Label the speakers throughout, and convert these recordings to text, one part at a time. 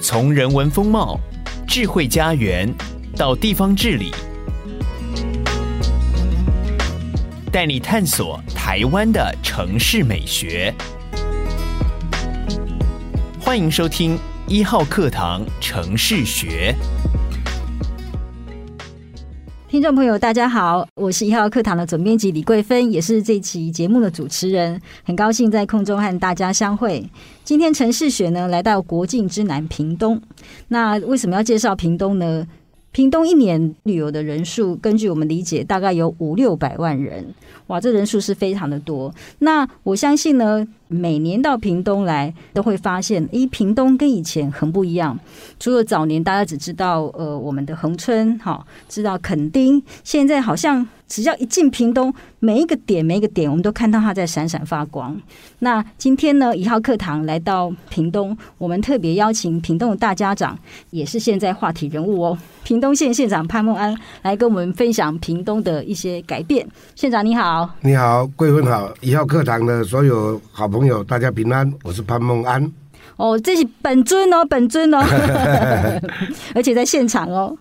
Speaker 1: 从人文风貌、智慧家园到地方治理，带你探索台湾的城市美学。欢迎收听一号课堂城市学。
Speaker 2: 听众朋友，大家好，我是一号课堂的总编辑李桂芬，也是这期节目的主持人，很高兴在空中和大家相会。今天陈世雪呢来到国境之南屏东，那为什么要介绍屏东呢？屏东一年旅游的人数，根据我们理解，大概有五六百万人，哇，这人数是非常的多。那我相信呢，每年到屏东来都会发现，诶，屏东跟以前很不一样。除了早年大家只知道呃我们的恒春，哈、知道垦丁，现在好像只要一进屏东，每一个点每一个点，我们都看到它在闪闪发光。那今天呢，一号课堂来到屏东，我们特别邀请屏东的大家长，也是现在话题人物哦，屏东县县长潘孟安来跟我们分享屏东的一些改变。县长你好，
Speaker 3: 你好，贵妇好，一号课堂的所有好朋友，大家平安，我是潘梦安。
Speaker 2: 哦，这是本尊哦，本尊哦，而且在现场哦。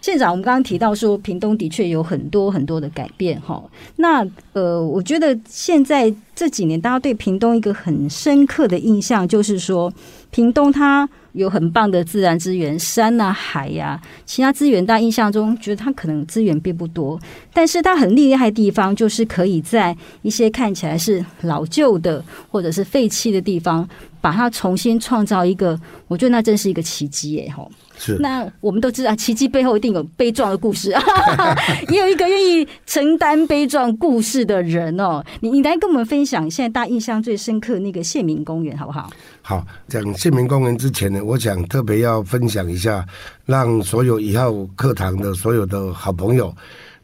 Speaker 2: 县长，我们刚刚提到说，屏东的确有很多很多的改变哈、那呃，我觉得现在这几年大家对屏东一个很深刻的印象，就是说屏东它有很棒的自然资源，山呐、海呀、其他资源大家印象中觉得它可能资源并不多，但是它很厉害的地方就是可以在一些看起来是老旧的或者是废弃的地方，把它重新创造一个，我觉得那真是一个奇迹耶吼。
Speaker 3: 是
Speaker 2: 那我们都知道，奇迹背后一定有悲壮的故事， 也有一个愿意承担悲壮故事的人哦。你你来跟我们分享现在大家印象最深刻那个县民公园好不好？
Speaker 3: 好，讲县民公园之前呢，我想特别要分享一下，让所有一号课堂的所有的好朋友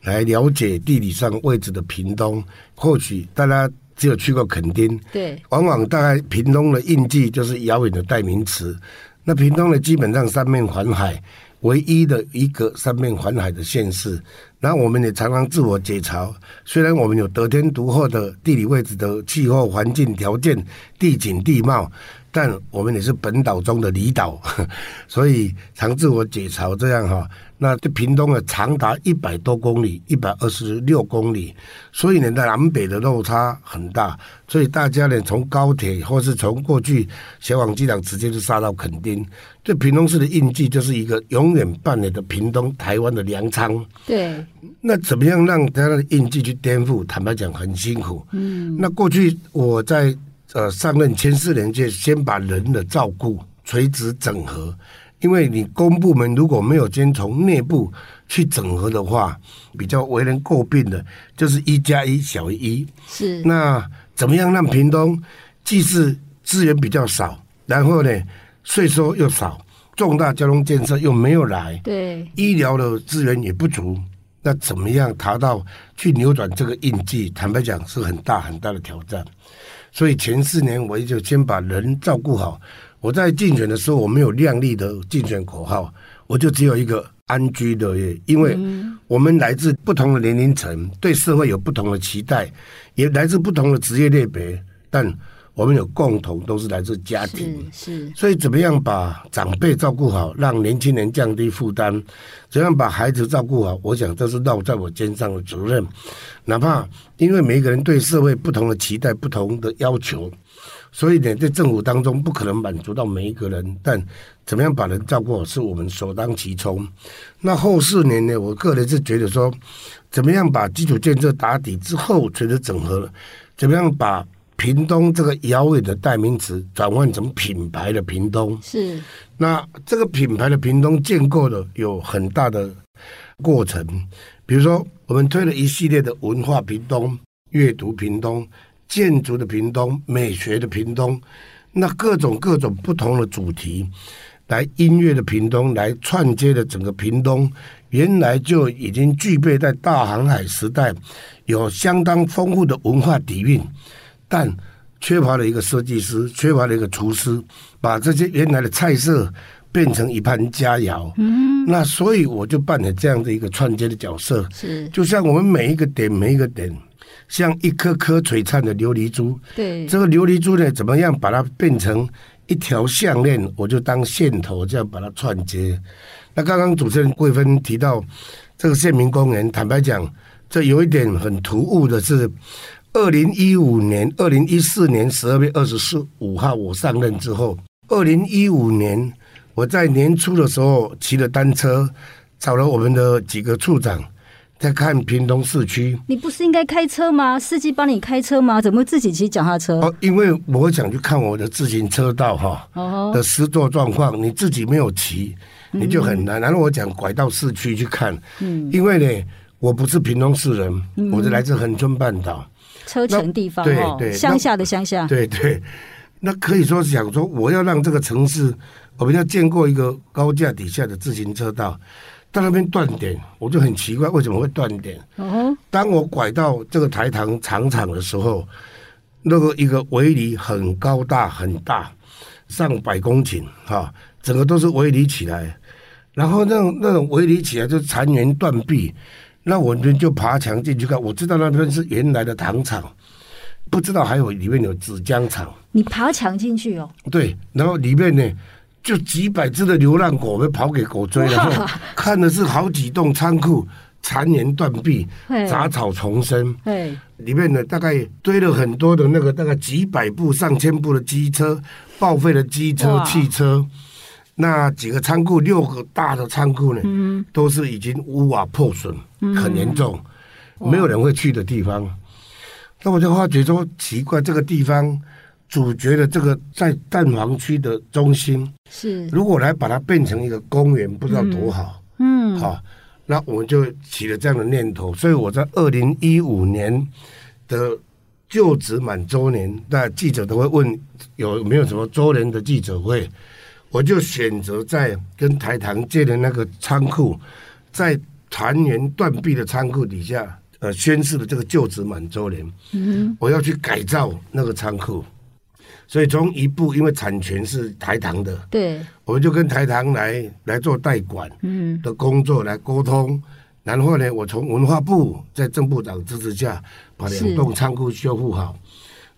Speaker 3: 来了解地理上位置的屏东。或许大家只有去过垦丁，
Speaker 2: 对，
Speaker 3: 往往大概屏东的印记就是遥远的代名词。那屏东呢，基本上三面环海，唯一的一个三面环海的县市。那我们也常常自我解嘲，虽然我们有得天独厚的地理位置的气候环境条件、地景地貌，但我们也是本岛中的离岛， 所以常自我解嘲这样哈、那这屏东啊，长达一百多公里，一百二十六公里，所以呢，南北的落差很大，所以大家呢，从高铁或是从过去前往机场直接就杀到垦丁。这屏东市的印记就是一个永远伴你的屏东台湾的粮仓。
Speaker 2: 对，
Speaker 3: 那怎么样让他的印记去颠覆？坦白讲，很辛苦。嗯，那过去我在呃上任前四年，就先把人的照顾垂直整合，因为你公部门如果没有先从内部去整合的话，比较为人诟病的就是一加一小于一。
Speaker 2: 是，
Speaker 3: 那怎么样让屏东既是资源比较少，然后呢税收又少，重大交通建设又没有来，
Speaker 2: 对，
Speaker 3: 医疗的资源也不足，那怎么样达到去扭转这个印记？坦白讲是很大很大的挑战。所以前四年我就先把人照顾好。我在竞选的时候，我没有亮丽的竞选口号，我就只有一个安居乐业，因为我们来自不同的年龄层，对社会有不同的期待，也来自不同的职业类别，但我们有共同都是来自家庭。
Speaker 2: 是是，
Speaker 3: 所以怎么样把长辈照顾好，让年轻人降低负担？怎样把孩子照顾好？我想这是落在我肩上的责任。哪怕因为每一个人对社会不同的期待、不同的要求，所以呢，在政府当中不可能满足到每一个人，但怎么样把人照顾好，是我们首当其冲。那后四年呢，我个人是觉得说，怎么样把基础建设打底之后，垂直整合，怎么样把屏东这个遥远的代名词转换成品牌的屏东，
Speaker 2: 是，
Speaker 3: 那这个品牌的屏东建构的有很大的过程，比如说我们推了一系列的文化屏东、阅读屏东、建筑的屏东、美学的屏东，那各种各种不同的主题，来音乐的屏东，来串接了整个屏东，原来就已经具备在大航海时代有相当丰富的文化底蕴，但缺乏了一个设计师，缺乏了一个厨师，把这些原来的菜色变成一盘佳肴。嗯，那所以我就扮演这样的一个串接的角色，
Speaker 2: 是，
Speaker 3: 就像我们每一个点每一个点，像一颗颗璀璨的琉璃珠。
Speaker 2: 对，
Speaker 3: 这个琉璃珠呢，怎么样把它变成一条项链？我就当线头这样把它串接。那刚刚主持人桂芬提到这个县民公园，坦白讲，这有一点很突兀的是，二零一五年、二零一四年十二月二十四五号我上任之后，二零一五年我在年初的时候骑了单车，找了我们的几个处长，在看屏东市区。
Speaker 2: 你不是应该开车吗？司机帮你开车吗？怎么会自己骑脚踏车？
Speaker 3: 哦，因为我想去看我的自行车道哈、
Speaker 2: 哦
Speaker 3: 的施作状况，你自己没有骑，你就很难。然后我讲拐到市区去看，因为呢，我不是屏东市人，我是来自恒春半岛，
Speaker 2: 车城地方
Speaker 3: 那对
Speaker 2: 哦
Speaker 3: 对，那
Speaker 2: 乡下的乡下，
Speaker 3: 对对。那可以说是想说，我要让这个城市，我们要建构一个高架底下的自行车道，到那边断点，我就很奇怪为什么会断点。
Speaker 2: 哦，
Speaker 3: 当我拐到这个台糖厂场的时候，那个一个围篱很高大很大，上百公顷哈、整个都是围篱起来，然后那种那种围篱起来就残垣断壁，那我们就爬墙进去看，我知道那边是原来的糖厂，不知道还有里面有纸浆厂，
Speaker 2: 你爬墙进去哦，
Speaker 3: 对，然后里面呢。就几百只的流浪狗被跑给狗追，然后看的是好几栋仓库残垣断壁
Speaker 2: 嘿，
Speaker 3: 杂草丛生。
Speaker 2: 哎，
Speaker 3: 里面呢大概堆了很多的那个大概几百部、上千部的机车，报废的机车
Speaker 2: 哇、
Speaker 3: 汽车。那几个仓库，六个大的仓库呢，都是已经屋瓦破损，很严重，没有人会去的地方。那我就发觉说，奇怪，这个地方主角的这个在蛋黄区的中心，
Speaker 2: 是，
Speaker 3: 如果来把它变成一个公园，不知道多好。
Speaker 2: 嗯，
Speaker 3: 好、那我就起了这样的念头，所以我在二零一五年的就职满周年，那记者都会问有没有什么周年的记者会，我就选择在跟台糖借的那个仓库，在残垣断壁的仓库底下，呃，宣示了这个就职满周年。
Speaker 2: 嗯，
Speaker 3: 我要去改造那个仓库，所以从一步，因为产权是台糖的，
Speaker 2: 对，
Speaker 3: 我们就跟台糖来来做代管。
Speaker 2: 嗯，
Speaker 3: 的工作来沟通。然后呢，我从文化部在郑部长支持下，把
Speaker 2: 是
Speaker 3: 两栋仓库修复好，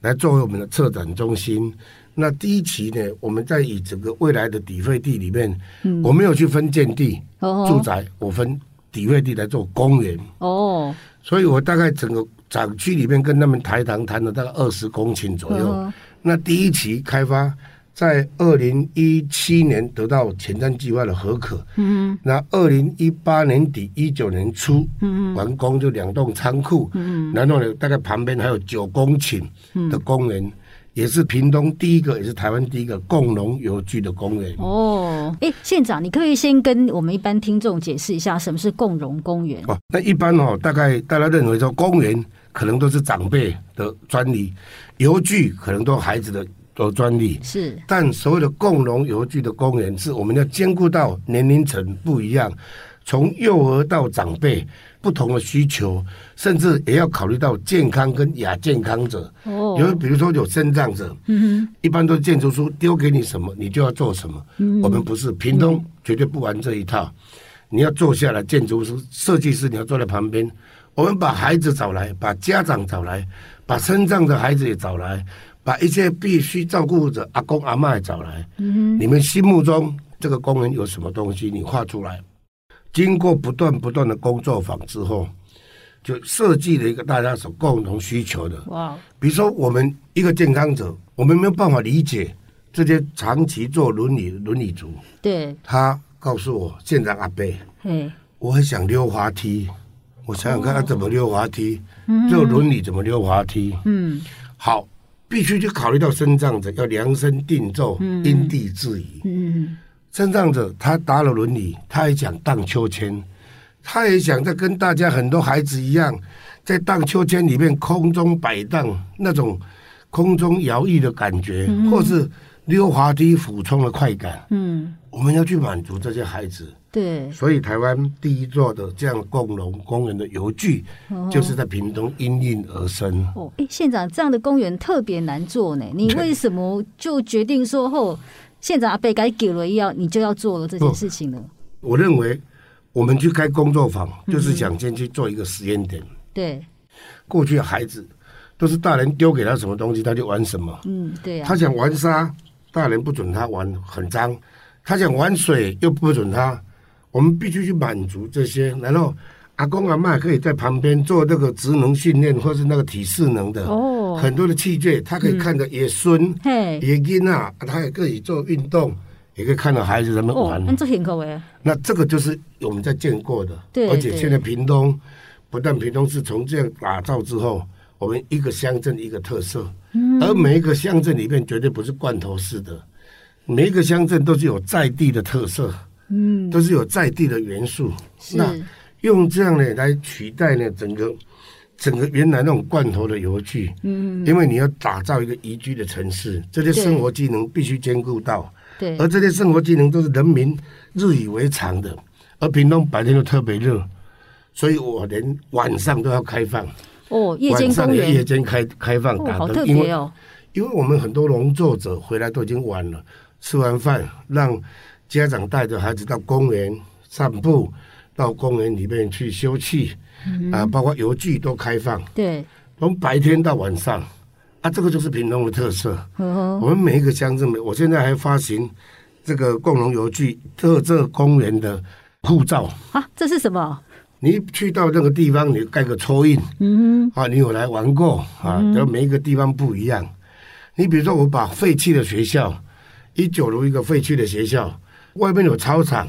Speaker 3: 来作为我们的策展中心。那第一期呢，我们在以整个未来的底费地里面，我没有去分建地、
Speaker 2: 嗯哦
Speaker 3: 住宅，我分底费地来做公园。
Speaker 2: 哦，
Speaker 3: 所以我大概整个厂区里面跟他们台糖谈了大概二十公顷左右。
Speaker 2: 嗯
Speaker 3: 那第一期开发在二零一七年得到前瞻计划的合可，
Speaker 2: 嗯，
Speaker 3: 那二零一八年底一九年初，嗯，完工就两栋仓库，嗯，然后呢，大概旁边还有九公顷的公园。也是屏东第一个，也是台湾第一个共农游具的公园。
Speaker 2: 哦，哎，县长，你可不可以先跟我们一般听众解释一下什么是共荣公园？
Speaker 3: 哦，那一般哦，大概大家认为说公园可能都是长辈的专利，游具可能都孩子的的专利，
Speaker 2: 是，
Speaker 3: 但所谓的共融游具的公园是我们要兼顾到年龄层不一样，从幼儿到长辈不同的需求，甚至也要考虑到健康跟亚健康者。
Speaker 2: 哦，
Speaker 3: 有比如说有身障者，
Speaker 2: 嗯哼，
Speaker 3: 一般都是建筑书丢给你什么，你就要做什么。
Speaker 2: 嗯
Speaker 3: 我们不是屏东，绝对不玩这一套。你要坐下来，建筑师、设计师你要坐在旁边。我们把孩子找来，把家长找来，把身障的孩子也找来，把一些必须照顾者阿公阿嬷也找来。
Speaker 2: 嗯
Speaker 3: 你们心目中这个公园有什么东西，你画出来。经过不断不断的工作坊之后，就设计了一个大家所共同需求的。
Speaker 2: 哇，
Speaker 3: 比如说，我们一个健康者，我们没有办法理解这些长期坐轮椅的轮椅族。
Speaker 2: 对，
Speaker 3: 他告诉我，县长阿伯，
Speaker 2: 哎，
Speaker 3: 我很想溜滑梯，我想想看他怎么溜滑梯，坐轮椅怎么溜滑梯。
Speaker 2: 嗯，
Speaker 3: 好，必须去考虑到身障者要量身定做，因地制宜。
Speaker 2: 嗯，
Speaker 3: 身障者他搭了轮椅，他也想荡秋千，他也想在跟大家很多孩子一样，在荡秋千里面空中摆荡那种空中摇曳的感觉，或是溜滑梯俯冲的快感。
Speaker 2: 嗯，
Speaker 3: 我们要去满足这些孩子，
Speaker 2: 对，
Speaker 3: 所以台湾第一座的这样共融公园的游具，就是在屏东因应而生。
Speaker 2: 哦，哎，县长，这样的公园特别难做呢，你为什么就决定说后？县长阿贝该给了要你就要做了这件事情呢？
Speaker 3: 我认为我们去开工作坊，就是想先去做一个实验点。
Speaker 2: 对，
Speaker 3: 过去的孩子都是大人丢给他什么东西，他就玩什么。
Speaker 2: 嗯，对呀、
Speaker 3: 他想玩沙，大人不准他玩，很脏；他想玩水，又不准他。我们必须去满足这些，然后阿公阿妈可以在旁边做那个职能训练，或是那个体适能的，
Speaker 2: 哦嗯
Speaker 3: 很多的器械，他可以看着也孙、
Speaker 2: 嘿，
Speaker 3: 也囡啊，他也可以做运动，也可以看着孩子他们
Speaker 2: 哦
Speaker 3: 玩。，
Speaker 2: 那这很够哎，
Speaker 3: 那这个就是我们在建构的，
Speaker 2: 对
Speaker 3: 而且
Speaker 2: 对
Speaker 3: 现在屏东不但屏东是从这样打造之后，我们一个乡镇一个特色，
Speaker 2: 嗯
Speaker 3: 而每一个乡镇里面绝对不是罐头式的，每一个乡镇都是有在地的特色，
Speaker 2: 嗯，
Speaker 3: 都是有在地的元素。
Speaker 2: 是
Speaker 3: 那用这样呢来取代呢整个整个原来那种罐头的邮具，
Speaker 2: 嗯，
Speaker 3: 因为你要打造一个宜居的城市，这些
Speaker 2: 对
Speaker 3: 生活技能必须兼顾到。
Speaker 2: 对
Speaker 3: 而，这些生活技能都是人民日以为常的。而屏东白天又特别热，所以我连晚上都要开放，
Speaker 2: 哦，夜
Speaker 3: 晚
Speaker 2: 间
Speaker 3: 上
Speaker 2: 公
Speaker 3: 也夜
Speaker 2: 园，
Speaker 3: 间开开放
Speaker 2: 哦，
Speaker 3: 打
Speaker 2: 好
Speaker 3: 灯，
Speaker 2: 特
Speaker 3: 因
Speaker 2: 别
Speaker 3: 为
Speaker 2: 哦，
Speaker 3: 因为我们很多农作者回来都已经晚了，吃完饭让家长带着孩子到公园散步，到公园里面去休憩，啊，
Speaker 2: 嗯
Speaker 3: 包括游具都开放，
Speaker 2: 对，
Speaker 3: 从白天到晚上，啊，这个就是屏东的特色。
Speaker 2: 呵呵，
Speaker 3: 我们每一个乡镇，每我现在还发行这个共同邮具特色公园的护照。
Speaker 2: 啊，这是什么？
Speaker 3: 你去到那个地方，你盖个戳印
Speaker 2: 嗯
Speaker 3: 啊，你有来玩过啊？然后每一个地方不一样。你比如说，我把废弃的学校，一九如一个废弃的学校，外面有操场，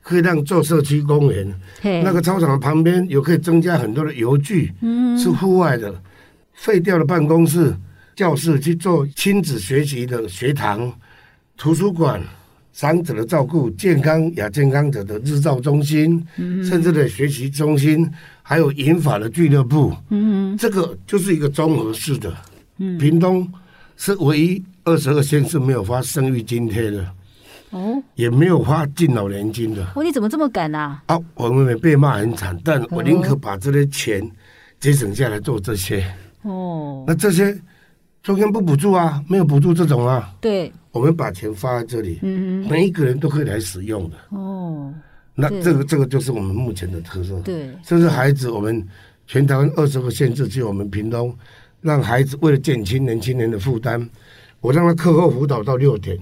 Speaker 3: 可以让做社区公园。
Speaker 2: 哼，嘿，
Speaker 3: 那个操场旁边有可以增加很多的游具，
Speaker 2: 嗯
Speaker 3: 是户外的，废掉的办公室、教室去做亲子学习的学堂、图书馆、长者的照顾、健康亚健康者的日照中心，
Speaker 2: 嗯
Speaker 3: 甚至的学习中心，还有银法的俱乐部，
Speaker 2: 嗯
Speaker 3: 这个就是一个综合式的。
Speaker 2: 嗯
Speaker 3: 屏东是唯一二十二县是没有发生育津贴的，
Speaker 2: 哼，哦，
Speaker 3: 也没有发敬老年金的。
Speaker 2: 哦，你怎么这么敢啊？
Speaker 3: 啊，我们被骂很惨，
Speaker 2: 哦
Speaker 3: 但我宁可把这些钱节省下来做这些。
Speaker 2: 哦，
Speaker 3: 那这些中央不补助啊，没有补助这种啊，
Speaker 2: 对，
Speaker 3: 我们把钱发在这里，
Speaker 2: 嗯
Speaker 3: 每一个人都可以来使用的。
Speaker 2: 哼，哦，
Speaker 3: 那
Speaker 2: 对
Speaker 3: 这个这个就是我们目前的特色。
Speaker 2: 对，
Speaker 3: 甚至孩子，我们全台湾二十个县市只有我们屏东，让孩子为了减轻年轻人的负担，我让他课后辅导到六点，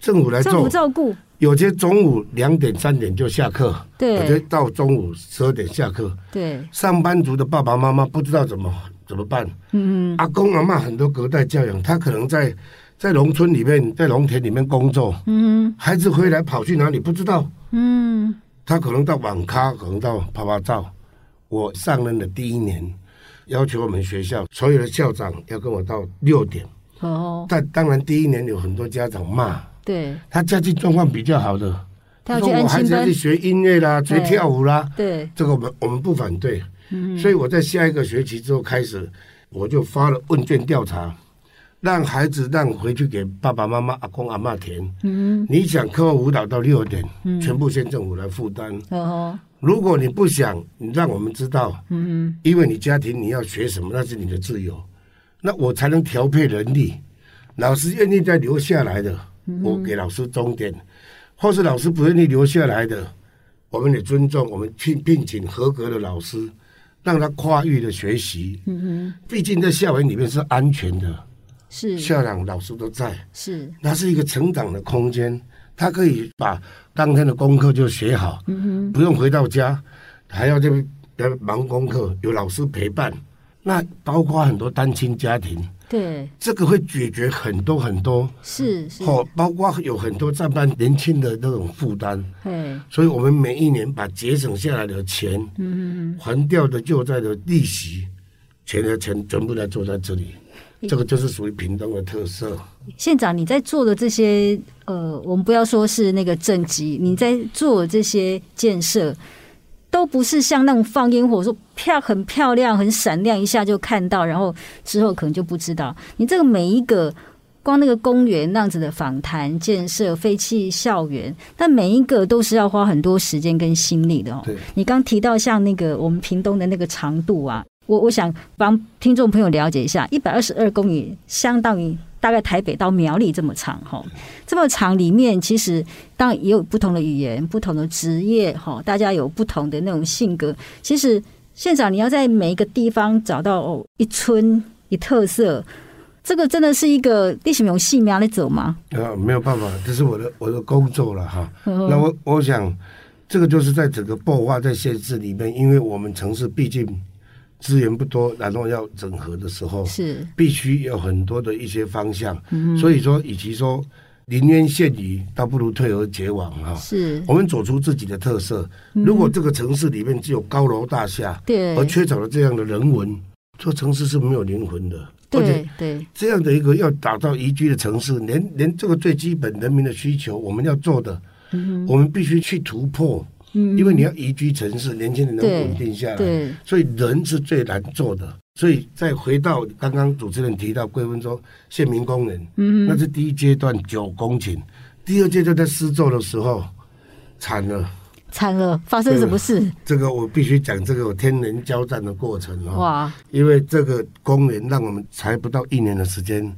Speaker 3: 政府来
Speaker 2: 政
Speaker 3: 做
Speaker 2: 府，照顾，
Speaker 3: 有些中午两点三点就下课，
Speaker 2: 对
Speaker 3: 有些到中午十二点下课。
Speaker 2: 对，
Speaker 3: 上班族的爸爸妈妈不知道怎么怎么办，
Speaker 2: 嗯
Speaker 3: 阿公阿妈很多隔代教养，他可能在在农村里面，在农田里面工作，
Speaker 2: 嗯
Speaker 3: 孩子回来跑去哪里不知道，
Speaker 2: 嗯，
Speaker 3: 他可能到网咖，可能到啪啪照。我上任的第一年，要求我们学校所有的校长要跟我到六点，
Speaker 2: 哦，
Speaker 3: 但当然第一年有很多家长骂，
Speaker 2: 对，
Speaker 3: 他家境状况比较好的，
Speaker 2: 他要
Speaker 3: 说
Speaker 2: 去安
Speaker 3: 我孩
Speaker 2: 心
Speaker 3: 子要
Speaker 2: 班
Speaker 3: 去，学音乐啦，学
Speaker 2: 对
Speaker 3: 跳舞啦，
Speaker 2: 对，
Speaker 3: 这个我们我们不反对，
Speaker 2: 嗯
Speaker 3: 所以我在下一个学期之后开始，我就发了问卷调查，让孩子让回去给爸爸妈妈、阿公阿妈填。
Speaker 2: 嗯
Speaker 3: 你想课后舞蹈到六点，
Speaker 2: 嗯
Speaker 3: 全部县政府来负担。
Speaker 2: 哼，哦，
Speaker 3: 如果你不想，你让我们知道，
Speaker 2: 嗯
Speaker 3: 因为你家庭你要学什么，那是你的自由，那我才能调配人力。老师愿意再留下来的，我给老师终点；或是老师不愿意留下来的，我们也尊重，我们去聘请合格的老师，让他跨域的学习。
Speaker 2: 嗯
Speaker 3: 毕竟在校园里面是安全的，
Speaker 2: 哼，是
Speaker 3: 校长、老师都在，
Speaker 2: 是，
Speaker 3: 那是一个成长的空间。他可以把当天的功课就学好，
Speaker 2: 嗯
Speaker 3: 不用回到家，还要这边要忙功课，有老师陪伴。那包括很多单亲家庭，
Speaker 2: 哼，对，
Speaker 3: 这个会解决很多很多，
Speaker 2: 是是，
Speaker 3: 哦，包括有很多上班年轻的那种负担。
Speaker 2: 嘿，
Speaker 3: 所以我们每一年把节省下来的钱，
Speaker 2: 嗯
Speaker 3: 还掉的旧债的利息，钱的钱全部来做在这里，这个就是属于屏东的特色。
Speaker 2: 哼，县长，你在做的这些，呃，我们不要说是那个政绩，你在做这些建设。都不是像那种放烟火说漂很漂亮、很闪亮，一下就看到，然后之后可能就不知道。你这个每一个光那个公园那样子的访谈建设、废弃校园，但每一个都是要花很多时间跟心力的哦
Speaker 3: 对。
Speaker 2: 你刚提到像那个我们屏东的那个长度啊，我我想帮听众朋友了解一下，一百二十二公里相当于大概台北到苗栗这么长哈、哦。这么长里面，其实当然也有不同的语言、不同的职业哈、哦，大家有不同的那种性格。其实县长，你要在每一个地方找到哦一村一特色，这个真的是一个历史用细苗来走吗？
Speaker 3: 啊，没有办法，这是我的我的工作了哈。
Speaker 2: 嗯
Speaker 3: 那我我想，这个就是在整个爆发在县市里面，因为我们城市毕竟资源不多，然后要整合的时候，
Speaker 2: 是嗯
Speaker 3: 必须有很多的一些方向。所以说，与其说临渊羡鱼，倒不如退而结网哈。
Speaker 2: 是，嗯
Speaker 3: 我们走出自己的特色。如果这个城市里面只有高楼大厦，
Speaker 2: 对
Speaker 3: 而缺少了这样的人文，这城市是没有灵魂的。而且
Speaker 2: 对对，
Speaker 3: 这样的一个要打造宜居的城市，连连这个最基本人民的需求，我们要做的，
Speaker 2: 嗯
Speaker 3: 我们必须去突破，因为你要宜居城市，年轻人能
Speaker 2: 对
Speaker 3: 稳定下来，
Speaker 2: 嗯对
Speaker 3: 所以人是最难做的。所以再回到刚刚主持人提到桂芬说，县民工人，
Speaker 2: 嗯
Speaker 3: 那是第一阶段九公顷，第二阶段在施作的时候惨了。
Speaker 2: 惨了，发生什么事？
Speaker 3: 这个我必须讲，这个有天人交战的过程哦。
Speaker 2: 哇，
Speaker 3: 因为这个公园让我们才不到一年的时间，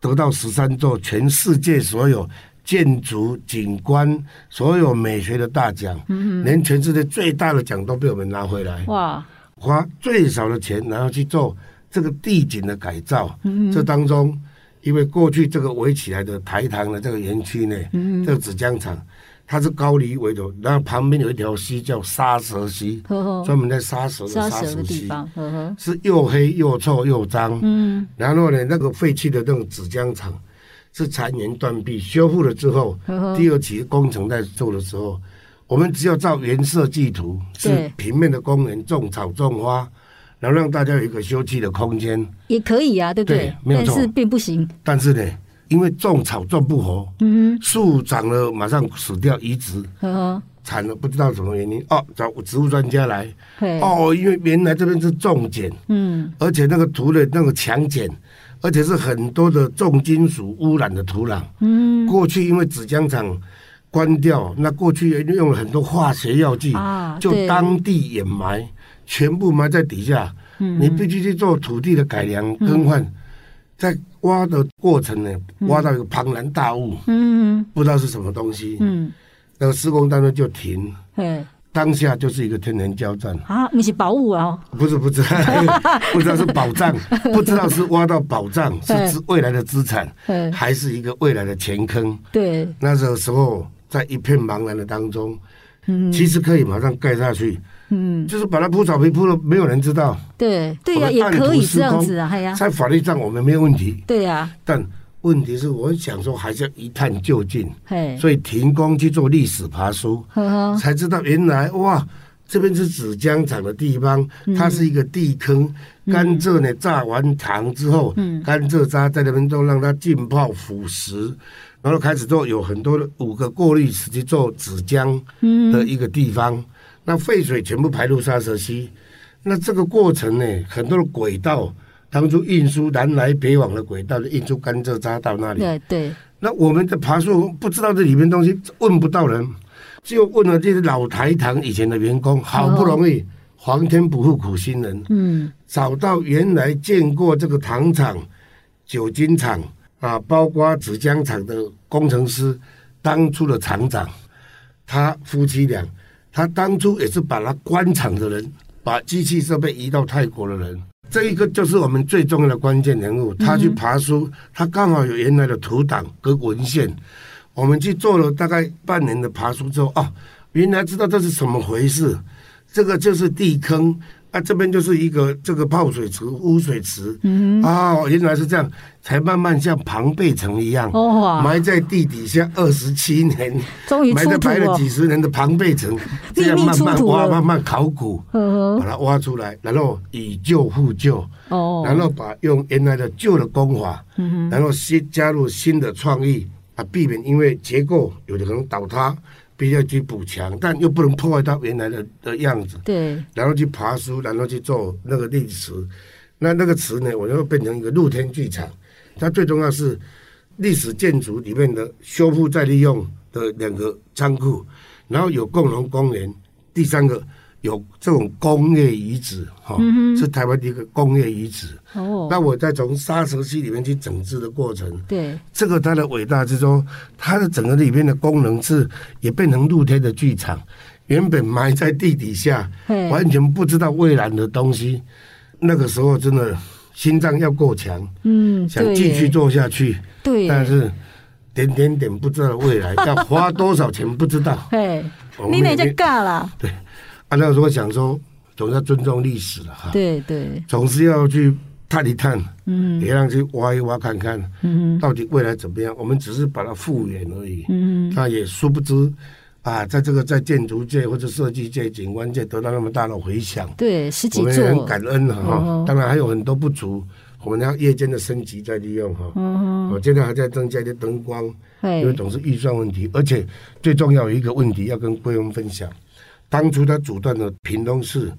Speaker 3: 得到十三座全世界所有建筑景观、所有美学的大奖，
Speaker 2: 嗯
Speaker 3: 连全世界最大的奖都被我们拿回来，
Speaker 2: 哇，
Speaker 3: 花最少的钱，然后去做这个地景的改造。
Speaker 2: 嗯
Speaker 3: 这当中，因为过去这个围起来的台糖的这个园区内，
Speaker 2: 嗯
Speaker 3: 这个纸浆厂。它是高黎围的，然后旁边有一条溪叫沙蛇溪，
Speaker 2: 呵呵，
Speaker 3: 专门在杀蛇的
Speaker 2: 杀
Speaker 3: 沙
Speaker 2: 蛇
Speaker 3: 蛇
Speaker 2: 的地
Speaker 3: 溪。
Speaker 2: 方，呵呵，
Speaker 3: 是又黑又臭又脏。
Speaker 2: 嗯，
Speaker 3: 然后呢，那个废弃的那种纸浆厂是残垣断壁，修复了之后，
Speaker 2: 呵呵
Speaker 3: 第二期工程在做的时候，我们只要照原设计图，是
Speaker 2: 对
Speaker 3: 平面的公园种草种花，然后让大家有一个休憩的空间。
Speaker 2: 也可以啊，对不对
Speaker 3: 对？没有
Speaker 2: 但
Speaker 3: 错
Speaker 2: 是并不行，
Speaker 3: 但是呢，因为种草种不活，
Speaker 2: 嗯
Speaker 3: 树长了马上死掉移植。
Speaker 2: 哼，呵呵，
Speaker 3: 惨了，不知道什么原因哦，找植物专家来
Speaker 2: 对，
Speaker 3: 哦，因为原来这边是重碱，
Speaker 2: 嗯，
Speaker 3: 而且那个土的那个强碱，而且是很多的重金属污染的土壤。嗯，过去因为纸浆厂关掉，那过去也用了很多化学药剂，
Speaker 2: 啊
Speaker 3: 就
Speaker 2: 对
Speaker 3: 当地掩埋，全部埋在底下。嗯，你必须去做土地的改良更换，在挖的过程呢，挖到一个庞然大物，
Speaker 2: 嗯
Speaker 3: 不知道是什么东西，
Speaker 2: 嗯，
Speaker 3: 那个施工单位就停。
Speaker 2: 嘿，
Speaker 3: 当下就是一个天人交战，
Speaker 2: 啊，你是宝物啊、哦，
Speaker 3: 不是 不知道，不知道是宝藏，不知道是挖到宝藏是
Speaker 2: 对
Speaker 3: 资未来的资产，
Speaker 2: 嘿，
Speaker 3: 还是一个未来的钱坑。
Speaker 2: 对，
Speaker 3: 那时候时候在一片茫然的当中，其实可以马上盖下去，
Speaker 2: 嗯，
Speaker 3: 就是把它铺草皮铺了，没有人知道。
Speaker 2: 对，对呀、
Speaker 3: 我们
Speaker 2: 也
Speaker 3: 按
Speaker 2: 可
Speaker 3: 图
Speaker 2: 以
Speaker 3: 施
Speaker 2: 这样
Speaker 3: 工
Speaker 2: 子啊，哎呀、
Speaker 3: 在法律上我们没有问题，
Speaker 2: 对呀、
Speaker 3: 但问题是我想说还是要一探究竟，
Speaker 2: 嘿，
Speaker 3: 所以停工去做历史爬书，
Speaker 2: 呵呵，
Speaker 3: 才知道原来哇，这边是纸浆厂的地方，它是一个地坑。甘蔗呢，榨完糖之后，甘蔗渣在那边都让它浸泡腐蚀，然后开始做有很多的五个过滤池去做纸浆的一个地方。那废水全部排入沙蛇溪，那这个过程呢，很多的轨道。当初运输南来北往的轨道，就运输甘蔗渣到那里。
Speaker 2: 对对，
Speaker 3: 那我们的爬树不知道这里面东西，问不到人，就问了这些老台糖以前的员工，好不容易皇天不负苦心人，
Speaker 2: 嗯，
Speaker 3: 找到原来见过这个糖厂、酒精厂啊，包括纸浆厂的工程师，当初的厂长，他夫妻俩，他当初也是把他官场的人，把机器设备移到泰国的人。这一个就是我们最重要的关键人物，他去爬书，他刚好有原来的图档跟文献，我们去做了大概半年的爬书之后，哦，原来知道这是什么回事，这个就是地坑啊，这边就是一个这个泡水池、污水池，嗯，哦，原来是这样，才慢慢像庞贝城一样，
Speaker 2: 哦哇
Speaker 3: 埋在地底下二十七年，
Speaker 2: 终于
Speaker 3: 埋
Speaker 2: 出
Speaker 3: 在
Speaker 2: 土
Speaker 3: 埋了
Speaker 2: 了，
Speaker 3: 几十年的庞贝 城，这样
Speaker 2: 秘密
Speaker 3: 慢
Speaker 2: 出
Speaker 3: 慢
Speaker 2: 土
Speaker 3: 挖，
Speaker 2: 了嗯
Speaker 3: 慢慢考古，
Speaker 2: 呵
Speaker 3: 把它挖出来，然后以旧复旧。
Speaker 2: 呵，哦，嗯
Speaker 3: 然后把用原来的旧的工法，然后新加入新的创意啊，避免因为结构有的可能倒塌，必须要去补强，但又不能破坏到原来的的样子，
Speaker 2: 对，
Speaker 3: 然后去爬书，然后去做那个历史。那那个词呢，我就变成一个露天剧场。它最重要是历史建筑里面的修复再利用的两个仓库，然后有共同公园，第三个有这种工业遗址，哈、是台湾的一个工业遗址。
Speaker 2: 哦，
Speaker 3: 那我再从沙石溪里面去整治的过程，
Speaker 2: 对，
Speaker 3: 这个它的伟大之中，它的整个里面的功能是也变成露天的剧场。原本埋在地底下
Speaker 2: 嘿，
Speaker 3: 完全不知道未来的东西。那个时候真的心脏要够强，
Speaker 2: 嗯，
Speaker 3: 想
Speaker 2: 对
Speaker 3: 继续
Speaker 2: 耶，
Speaker 3: 做下去，
Speaker 2: 对耶，
Speaker 3: 但是点点点不知道未 来要花多少钱不知道。
Speaker 2: 嘿，
Speaker 3: 我们
Speaker 2: 你哪
Speaker 3: 也
Speaker 2: 就尬啦？
Speaker 3: 啊，那时候想说，总要尊重历史了哈，
Speaker 2: 对对，
Speaker 3: 总是要去探一探，
Speaker 2: 嗯
Speaker 3: 也让去挖一挖看看
Speaker 2: 嗯
Speaker 3: 到底未来怎么样。我们只是把它复原而已。
Speaker 2: 嗯，
Speaker 3: 那也殊不知啊，在这个在建筑界或者设计界、景观界得到那么大的回响，
Speaker 2: 对，十
Speaker 3: 我
Speaker 2: 几
Speaker 3: 们也很
Speaker 2: 座，
Speaker 3: 感恩啊哈、
Speaker 2: 嗯哼
Speaker 3: 当然还有很多不足，我们要夜间的升级再利用哈。
Speaker 2: 嗯
Speaker 3: 我现在还在增加一些灯光，
Speaker 2: 哼，
Speaker 3: 因为
Speaker 2: 嘿，
Speaker 3: 总是预算问题，而且最重要有一个问题要跟贵翁分享。当初他阻断了屏东市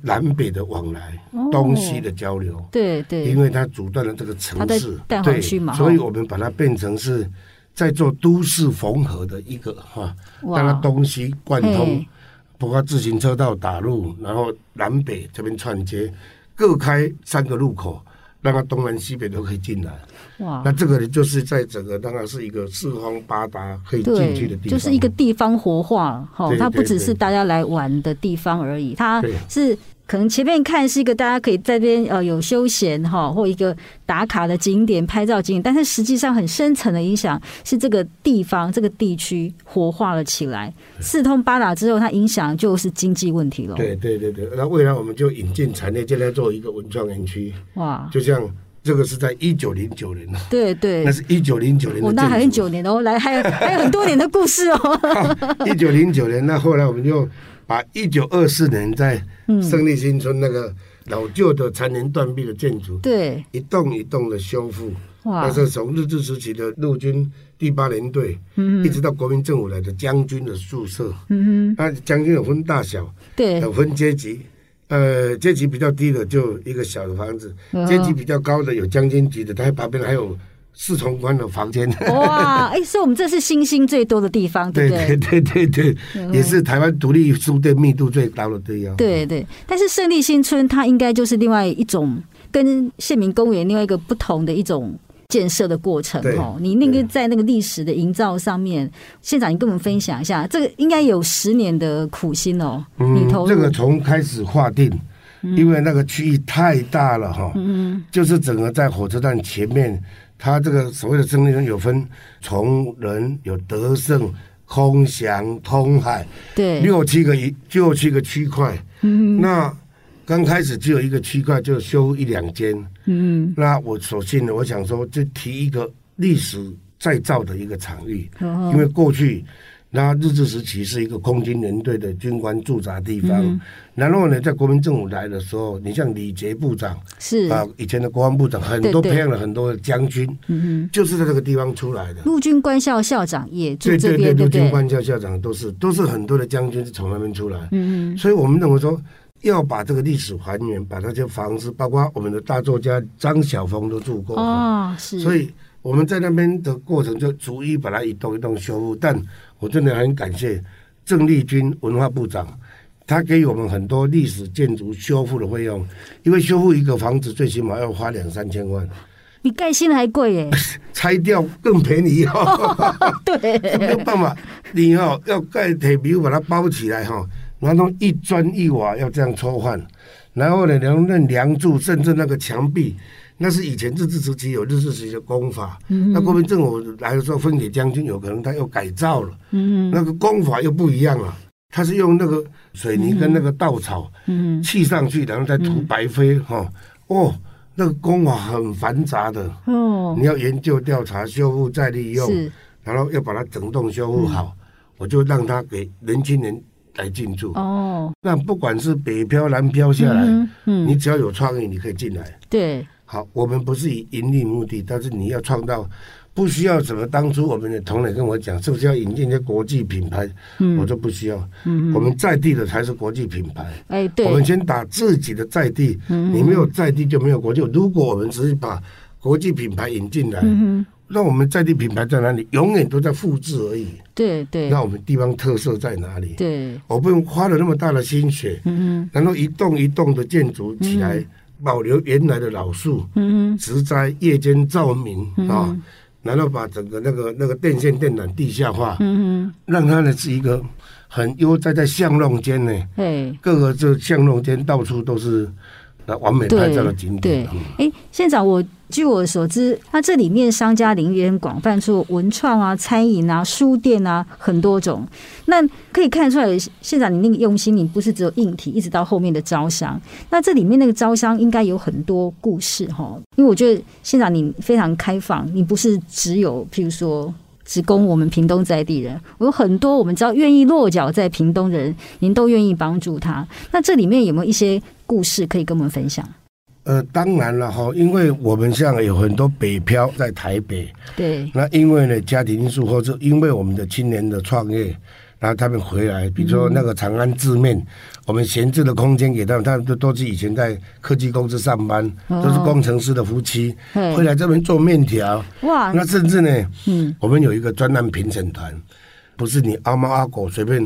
Speaker 3: 南北的往来、
Speaker 2: 哦
Speaker 3: 东西的交流，
Speaker 2: 对
Speaker 3: 因
Speaker 2: 对，
Speaker 3: 为它阻断了这个城
Speaker 2: 它
Speaker 3: 市
Speaker 2: 在，淡黄区嘛哦
Speaker 3: 所以
Speaker 2: 哈
Speaker 3: 我们把它变成是在做都市缝合的一个哈，
Speaker 2: 哇
Speaker 3: 让它东西贯通
Speaker 2: 嘿，
Speaker 3: 包括自行车道打入，然后南北这边串接，各开三个入口，让它东南西北都可以进来。
Speaker 2: 哇
Speaker 3: 那，这个就是在整个当然是一个四方八达可以进去的
Speaker 2: 对
Speaker 3: 地，方，
Speaker 2: 就是一个地方活化，哈，
Speaker 3: 对
Speaker 2: 它不
Speaker 3: 对
Speaker 2: 只
Speaker 3: 对
Speaker 2: 是大家来玩的地方而已，它
Speaker 3: 对
Speaker 2: 是。可能前面看是一个大家可以在这边呃有休闲哈，或一个打卡的景点、拍照景点，但是实际上很深层的影响是这个地方、这个地区活化了起来。四通八达之后，它影响就是经济问题了。
Speaker 3: 对对对对。那未来我们就引进产业界来做一个文创园区，
Speaker 2: 哇，
Speaker 3: 就像这个是在一九零九年，
Speaker 2: 对对
Speaker 3: 那，是一九零九年的建筑，
Speaker 2: 我那还很久年哦，来还有还有很多年的故事哦。
Speaker 3: 一九零九年，那后来我们就把一九二四年在
Speaker 2: 嗯
Speaker 3: 胜利新村那个老旧的残垣断壁的建筑，
Speaker 2: 对，
Speaker 3: 一栋一栋的修复。
Speaker 2: 哇
Speaker 3: 那，是从日治时期的陆军第八联队，一直到国民政府来的将军的宿舍。
Speaker 2: 嗯
Speaker 3: 那将军有分大小，
Speaker 2: 对
Speaker 3: 有分阶级。呃，阶级比较低的就一个小的房子
Speaker 2: 嗯，
Speaker 3: 阶级比较高的有将军级的，它旁边还有侍从官的房间。
Speaker 2: 哇，哎，是我们这是星星最多的地方，对嗯
Speaker 3: 对
Speaker 2: 不对
Speaker 3: 对？对对对，也是台湾独立书店密度最高的地方。
Speaker 2: 对对，但是胜利新村它应该就是另外一种跟县民公园另外一个不同的一种。建设的过程
Speaker 3: 对
Speaker 2: 哦，你那个
Speaker 3: 对
Speaker 2: 在那个历史的营造上面，县长，你跟我们分享一下，这个应该有十年的苦心哦，你投入
Speaker 3: 嗯这个从开始划定，因为那个区域太大了哈，就是整个在火车站前面，它这个所谓的胜利村有分崇仁、有德胜、空祥、通海
Speaker 2: 对嗯
Speaker 3: 六七个一六七个区块。那刚开始只有一个区块，就修一两间。
Speaker 2: 嗯
Speaker 3: 那我索性呢，我想说，就提一个历史再造的一个场域，
Speaker 2: 嗯
Speaker 3: 因为过去那日治时期是一个空军联队的军官驻扎地方，
Speaker 2: 嗯
Speaker 3: 然后呢，在国民政府来的时候，你像李杰部长
Speaker 2: 是
Speaker 3: 啊，以前的国防部长，很
Speaker 2: 对
Speaker 3: 多
Speaker 2: 对嗯
Speaker 3: 培养了很多的将军，就是在这个地方出来的。
Speaker 2: 陆军官校校长也住
Speaker 3: 对
Speaker 2: 这
Speaker 3: 对
Speaker 2: 边，
Speaker 3: 对，
Speaker 2: 对
Speaker 3: 陆
Speaker 2: 不
Speaker 3: 军
Speaker 2: 对？
Speaker 3: 官校校长都是都是很多的将军是从那边出来，
Speaker 2: 嗯
Speaker 3: 所以我们认为说要把这个历史还原，把那些房子，包括我们的大作家张晓峰都住过。
Speaker 2: 哦，是，
Speaker 3: 所以我们在那边的过程就逐一把它一栋一栋修复。但我真的很感谢郑丽君文化部长，他给予我们很多历史建筑修复的费用，因为修复一个房子最起码要花两三千万，
Speaker 2: 比盖新的还贵 耶，
Speaker 3: 拆掉更便宜哦，
Speaker 2: 对，
Speaker 3: 没有办法，你哦要盖铁皮屋把它包起来哈、哦，然后一砖一瓦要这样抽换，然后呢，然后那梁柱甚至那个墙壁。那是以前日治时期有日治时期的工法，
Speaker 2: 嗯
Speaker 3: 那国民政府来的时候分给将军，有可能他又改造了，
Speaker 2: 嗯
Speaker 3: 那个工法又不一样了。他是用那个水泥跟那个稻草
Speaker 2: 嗯，
Speaker 3: 砌上去，然后再涂白灰哈、哦，那个工法很繁杂的，
Speaker 2: 哦
Speaker 3: 你，要研究、调查、修复、再利用，
Speaker 2: 是，嗯
Speaker 3: 然后要把它整栋修复好。我就让他给年轻人来进驻。
Speaker 2: 哦，
Speaker 3: 那不管是北漂、南漂下来，
Speaker 2: 嗯嗯
Speaker 3: 你只要有创意，你可以进来。
Speaker 2: 对，
Speaker 3: 好，我们不是以盈利目的，但是你要创造，不需要什么。当初我们的同仁跟我讲，是不是要引进一些国际品牌？
Speaker 2: 嗯
Speaker 3: 我说不需要，我们在地的才是国际品牌。
Speaker 2: 哎，
Speaker 3: 我们
Speaker 2: 对，嗯
Speaker 3: 先打自己的在地，你没有在地就没有国际。如果我们只是把国际品牌引进
Speaker 2: 嗯
Speaker 3: 来，那我们在地品牌在哪里？永远都在复制而已。
Speaker 2: 对对
Speaker 3: 那我们地方特色在哪里？
Speaker 2: 对，嗯
Speaker 3: 我不用花了那么大的心血，然后一栋一栋的建筑起来，保留原来的老树，
Speaker 2: 嗯
Speaker 3: 植栽、夜间照明啊、然后把整个那个那个电线电缆地下化，
Speaker 2: 嗯
Speaker 3: 让它呢是一个很悠哉在巷弄间呢，
Speaker 2: 哼，对。
Speaker 3: 各个这巷弄间到处都是那完美拍照的景点。嗯
Speaker 2: 对，哎，县长，我据我所知，它这里面商家领域也很广泛，除了文创啊、餐饮啊、书店啊，很多种。那可以看出来，县长你那个用心，你不是只有硬体，一直到后面的招商。那这里面那个招商应该有很多故事哈，因为我觉得县长你非常开放，你不是只有譬如说。只供我们屏东在地人，我有很多我们知道愿意落脚在屏东的人，您都愿意帮助他。那这里面有没有一些故事可以跟我们分享？
Speaker 3: 呃，当然了哈，因为我们现在有很多北漂在台北，
Speaker 2: 对，
Speaker 3: 那因为呢家庭因素，或者因为我们的青年的创业，然后他们回来，比如
Speaker 2: 嗯
Speaker 3: 说那个长安字面，我们闲置的空间给他们，他们都都是以前在科技公司上班，
Speaker 2: 哦
Speaker 3: 都是工程师的夫妻，
Speaker 2: 嘿
Speaker 3: 会来这边做面条。
Speaker 2: 哇，
Speaker 3: 那甚至呢，
Speaker 2: 嗯，
Speaker 3: 我们有一个专案评审团，不是你阿猫阿狗随便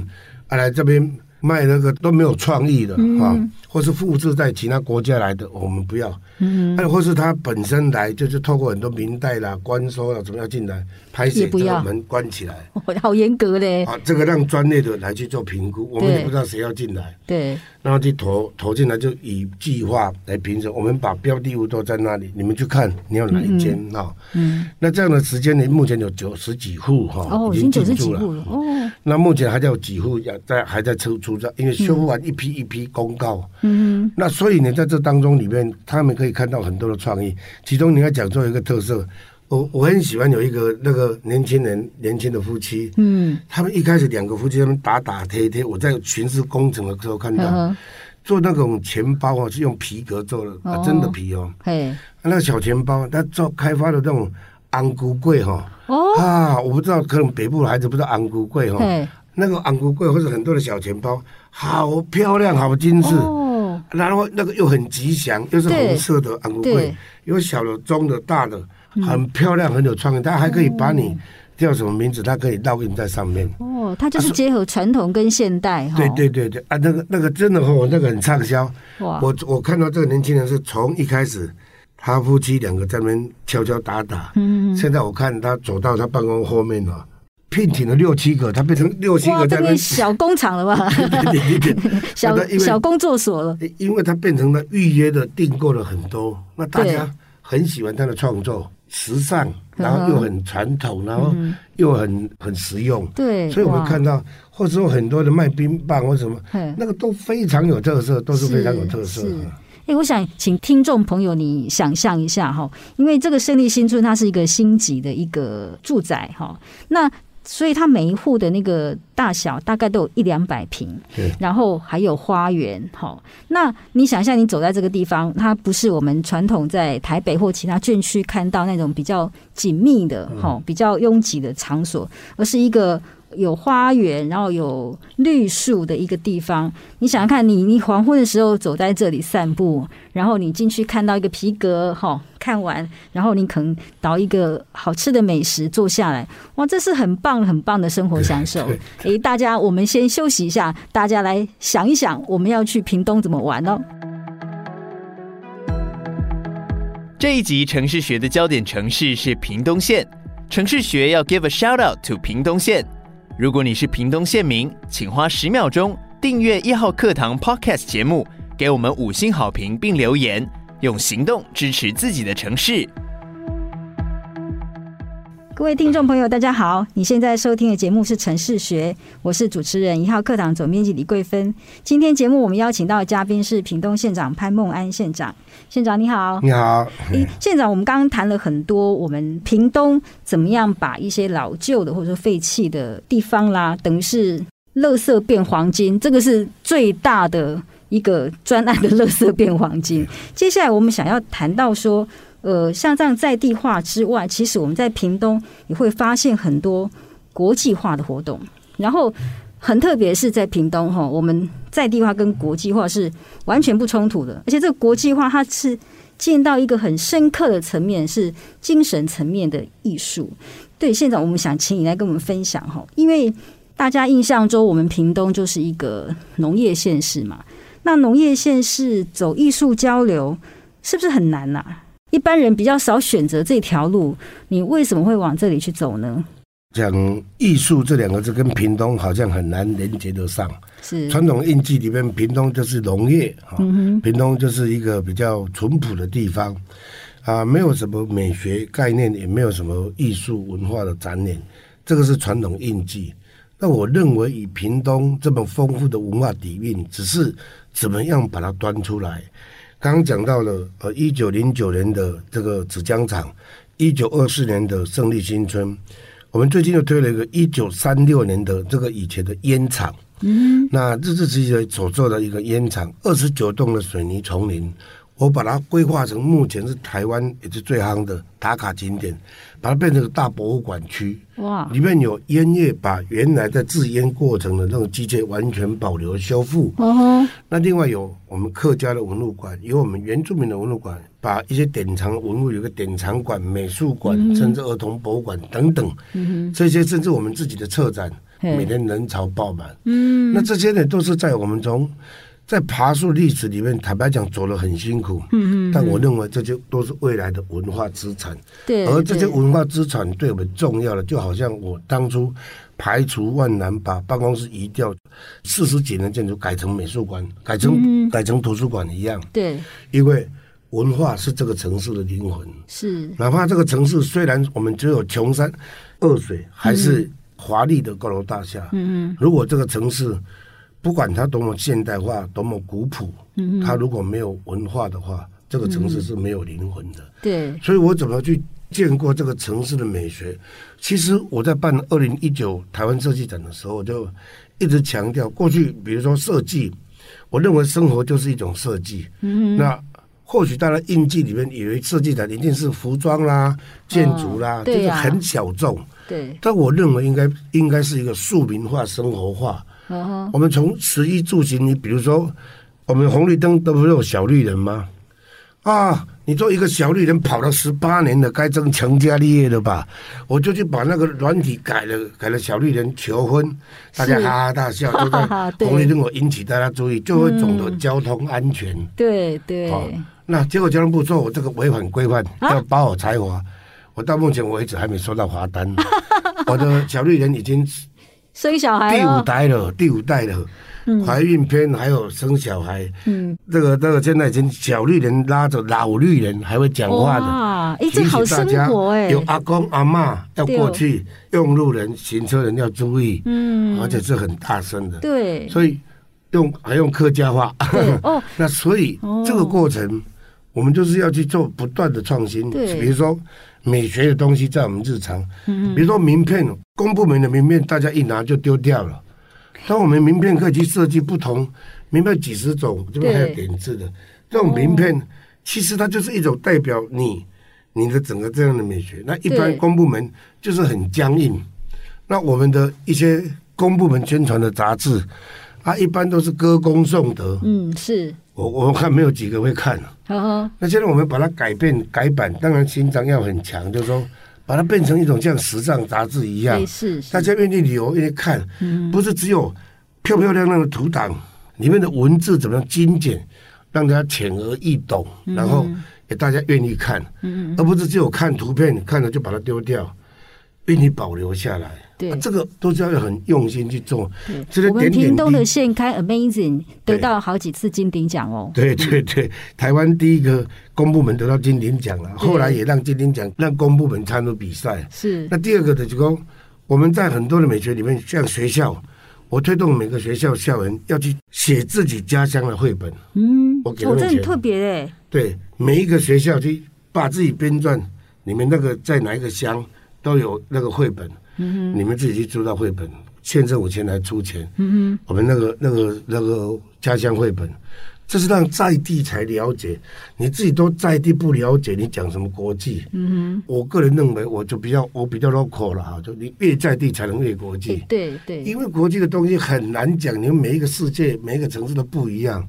Speaker 3: 啊来这边卖那个都没有创意的
Speaker 2: 嗯
Speaker 3: 啊，或是复制在其他国家来的，我们不要。嗯，或是他本身来就是透过很多明代啦、官收啊啦，怎么样进来拍
Speaker 2: 也
Speaker 3: 写
Speaker 2: 不
Speaker 3: 这
Speaker 2: 要
Speaker 3: 个门关起来
Speaker 2: 好严格嘞，
Speaker 3: 啊，这个让专业的来去做评估，我们
Speaker 2: 对
Speaker 3: 也不知道谁要进来。
Speaker 2: 对，
Speaker 3: 然后去投投进来，就以计划来评审。我们把标的物都在那里，你们去看你要哪一间啊、
Speaker 2: 嗯，
Speaker 3: 那这样的时间呢，目前有九十几户哈、
Speaker 2: 哦，已经
Speaker 3: 经
Speaker 2: 九十
Speaker 3: 进
Speaker 2: 几
Speaker 3: 驻
Speaker 2: 步了，哦，
Speaker 3: 那目前还有几户要在还在出出账，因为修复完一批一批公告。
Speaker 2: 嗯
Speaker 3: 那所以呢，在这当中里面，他们可以看到很多的创意。其中你要讲说一个特色，我我很喜欢有一个那个年轻人年轻的夫妻，
Speaker 2: 嗯，
Speaker 3: 他们一开始两个夫妻他们打打贴贴，我在巡视工程的时候看
Speaker 2: 呵
Speaker 3: 到。
Speaker 2: 呵，
Speaker 3: 做那种钱包哦，是用皮革做的，
Speaker 2: 哦
Speaker 3: 啊、真的皮哦。
Speaker 2: 嘿，
Speaker 3: 那个小钱包，它做开发的那种昂古柜哈、
Speaker 2: 哦，
Speaker 3: 啊，我不知道，可能北部的孩子不知道昂古柜哈、哦
Speaker 2: 嘿，
Speaker 3: 那个昂古柜或者很多的小钱包，好漂亮，好精致。
Speaker 2: 哦，
Speaker 3: 然后那个又很吉祥，又是
Speaker 2: 对
Speaker 3: 红色的昂古柜
Speaker 2: 对，嗯
Speaker 3: 有小的、中的、大的，很漂亮，很有创意。它还可以把你叫什么名字，它可以烙印在上面。
Speaker 2: 哦，它就是结合传统跟现代哈，
Speaker 3: 啊对对对对啊，那个那个真的哦，那个很畅销。
Speaker 2: 哇，
Speaker 3: 我我看到这个年轻人是从一开始，他夫妻两个在那边敲敲打打，
Speaker 2: 嗯，
Speaker 3: 现在我看他走到他办公后面了、聘请了六七个，他变成六七
Speaker 2: 哇，
Speaker 3: 个在
Speaker 2: 这
Speaker 3: 那
Speaker 2: 个
Speaker 3: 边。
Speaker 2: 小工厂了吧，
Speaker 3: 对对对
Speaker 2: 小
Speaker 3: 那因为
Speaker 2: 小工作所了，
Speaker 3: 对因为他变成了预约的订购了很多，那大
Speaker 2: 对
Speaker 3: 家很喜欢他的创作，时尚，然后
Speaker 2: 嗯
Speaker 3: 又很传统，然后又很很实用。
Speaker 2: 对，
Speaker 3: 所以我们
Speaker 2: 哇
Speaker 3: 看，到，或者说很多的卖冰棒或什么
Speaker 2: 嘿，
Speaker 3: 那个都非常有特色，都是非常有特色嗯
Speaker 2: 是
Speaker 3: 的。
Speaker 2: 哎、我想请听众朋友你想象一下哈，因为这个胜利新村它是一个星级的一个住宅哈，那所以它每一户的那个大小大概都有一两百平，
Speaker 3: 对
Speaker 2: 然后还有花园哈。那你想象你走在这个地方，它不是我们传统在台北或其他眷区看到那种比较紧密的哈、比较拥挤的场所，而是一个。有花园，然后有绿树的一个地方，你想想看你，你黄昏的时候走在这里散步，然后你进去看到一个皮革，哈、看完，然后你可能找一个好吃的美食坐下来，哇，这是很棒很棒的生活享受。诶，大家我们先休息一下，大家来想一想，我们要去屏东怎么玩哦。
Speaker 1: 这一集城市学的焦点城市是屏东县，城市学要 give a shout out to 屏东县。如果你是屏东县民，请花十秒钟订阅一号课堂 Podcast 节目，给我们五星好评并留言，用行动支持自己的城市。
Speaker 2: 各位听众朋友，大家好！你现在收听的节目是《城市学》，我是主持人一号课堂总编辑李桂芬。今天节目我们邀请到的嘉宾是屏东县长潘孟安县长，县长你好。
Speaker 3: 你好，
Speaker 2: 诶，县哎长，我们刚刚谈了很多，我们屏东怎么样把一些老旧的或者说废弃的地方啦，等于是垃圾变黄金，这个是最大的一个专案的垃圾变黄金。接下来我们想要谈到说，呃，像这样在地化之外，其实我们在屏东也会发现很多国际化的活动，然后。很特别是在屏东哈，我们在地化跟国际化是完全不冲突的，而且这个国际化它是见到一个很深刻的层面，是精神层面的艺术。对，县长，我们想请你来跟我们分享哈，因为大家印象中我们屏东就是一个农业县市嘛，那农业县市走艺术交流是不是很难呐、啊一般人比较少选择这条路，你为什么会往这里去走呢？
Speaker 3: 讲艺术这两个字跟屏东好像很难连接得上。
Speaker 2: 是，
Speaker 3: 传统印记里面，屏东就是农业啊，
Speaker 2: 嗯
Speaker 3: 屏东就是一个比较淳朴的地方啊，没有什么美学概念，也没有什么艺术文化的展演，这个是传统印记。那我认为，以屏东这么丰富的文化底蕴，只是怎么样把它端出来。刚刚讲到了，呃，一九零九年的这个纸浆厂，一九二四年的胜利新村，我们最近又推了一个一九三六年的这个以前的烟厂。那日治时期所做的一个烟厂，二十九栋的水泥丛林，我把它规划成目前是台湾也是最夯的打卡景点，把它变成个大博物馆区。
Speaker 2: 哼，哇，
Speaker 3: 里面有烟叶，把原来在制烟过程的那种机械完全保留修复。
Speaker 2: 哦吼，
Speaker 3: 那另外有我们客家的文物馆，有我们原住民的文物馆，把一些典藏文物有个典藏馆、美术馆，甚至儿童博物馆等等，这些甚至我们自己的策展，
Speaker 2: 嘿
Speaker 3: 每天人潮爆满。
Speaker 2: 嗯，
Speaker 3: 那这些呢，都是在我们从在爬树历史里面，坦白讲走了很辛苦，嗯嗯，但我认为这就都是未来的文化资产，
Speaker 2: 对，
Speaker 3: 而呃这些
Speaker 2: 对
Speaker 3: 文化资产对我们重要的，就好像我当初排除万难把办公室移掉，四十几年建筑改成美术馆，改成、改成图书馆一样，
Speaker 2: 对
Speaker 3: 因为文化是这个城市的灵魂。
Speaker 2: 是，
Speaker 3: 哪怕这个城市虽然我们只有穷山恶水，还是华丽的高楼大厦。嗯嗯。如果这个城市不管它多么现代化、多么古朴，嗯它如果没有文化的话，这个城市是没有灵魂的。
Speaker 2: 对，
Speaker 3: 所以我怎么去建构这个城市的美学？其实我在办二零一九台湾设计展的时候，我就一直强调，过去比如说设计，我认为生活就是一种设计。嗯，那。或许大家印记里面以为设计展一定是服装啦、建筑啦，
Speaker 2: 哦
Speaker 3: 就
Speaker 2: 对
Speaker 3: 是
Speaker 2: 呀
Speaker 3: 很小众。
Speaker 2: 对，
Speaker 3: 但我认为应该应该是一个庶民化、生活化。
Speaker 2: 哦吼，
Speaker 3: 我们从食衣住行，你比如说，我们红绿灯都不是有小绿人吗？啊，你做一个小绿人跑了十八年了，该争成家立业了吧？我就去把那个软体改了，改了小绿人求婚，大家
Speaker 2: 是
Speaker 3: 哈哈大笑，都在
Speaker 2: 哈哈 对
Speaker 3: 红绿灯我引起大家注意，就会懂得交通安全。
Speaker 2: 对嗯对，
Speaker 3: 好，那结果交通部说我这个违反规范，
Speaker 2: 啊
Speaker 3: 要把我裁罚。我到目前为止还没收到 罚单，我的小绿人已经
Speaker 2: 生小孩
Speaker 3: 第五
Speaker 2: 了，
Speaker 3: 代了，第五代了，怀孕偏还有生小孩，
Speaker 2: 嗯，
Speaker 3: 这个这个现在已经小绿人拉着老绿人还会讲话的。
Speaker 2: 哇，哎，
Speaker 3: 提
Speaker 2: 这
Speaker 3: 醒
Speaker 2: 好
Speaker 3: 大
Speaker 2: 生
Speaker 3: 家
Speaker 2: 活哎，
Speaker 3: 有阿公阿妈要过去，用路人、行车人要注意，
Speaker 2: 嗯，
Speaker 3: 而且是很大声的，
Speaker 2: 对，
Speaker 3: 所以用还用客家话。
Speaker 2: 对哦，
Speaker 3: 那所以
Speaker 2: 哦
Speaker 3: 这个过程，我们就是要去做不断的创新，
Speaker 2: 对嗯
Speaker 3: 比如说美学的东西在我们日常，比如说名片，公部门的名片大家一拿就丢掉了，但我们名片可以去设计不同，名片几十种，这边还有点字的这种名
Speaker 2: 哦
Speaker 3: 片，其实它就是一种代表你你的整个这样的美学。那一般
Speaker 2: 对
Speaker 3: 公部门就是很僵硬，那我们的一些公部门宣传的杂志。啊，一般都是歌功颂德，
Speaker 2: 嗯，是，
Speaker 3: 我我看没有几个会看、啊。
Speaker 2: 呵呵，
Speaker 3: 那现在我们把它改变改版，当然心脏要很强，就是说把它变成一种像时尚杂志一样
Speaker 2: 哎，是，是嗯
Speaker 3: 大家愿意旅游愿意看，不是只有漂漂亮亮的图档，里面的文字怎么样精简，让大家浅而易懂，
Speaker 2: 嗯
Speaker 3: 然后也大家愿意看，而不是只有看图片，看了就把它丢掉，愿意保留下来。
Speaker 2: 对
Speaker 3: 啊这个都是要很用心去做
Speaker 2: 对，
Speaker 3: 这些
Speaker 2: 我们
Speaker 3: 点点
Speaker 2: 屏东
Speaker 3: 滴
Speaker 2: 的县开 Amazing 得
Speaker 3: 对
Speaker 2: 到好几次金鼎奖哦，
Speaker 3: 对对对，台湾第一个公部门得到金鼎奖了，啊后来也让金鼎奖让公部门参与比赛。
Speaker 2: 是，
Speaker 3: 那第二个的就说，我们在很多的美学里面，像学校，我推动每个学校校园要去写自己家乡的绘本。
Speaker 2: 嗯，
Speaker 3: 我给他
Speaker 2: 哦，
Speaker 3: 们
Speaker 2: 这很
Speaker 3: 钱
Speaker 2: 特别哎，
Speaker 3: 对，每一个学校去把自己编撰，你们那个在哪一个乡都有那个绘本，你们自己去制造绘本，县政府前来出钱，我们那个那个那个家乡绘本，这是让在地才了解，你自己都在地不了解，你讲什么国际？我个人认为，我就比较我比较 local 了啊哈，就你越在地才能越国际。
Speaker 2: 哎对对，
Speaker 3: 因为国际的东西很难讲，你们每一个世界、每一个城市都不一样。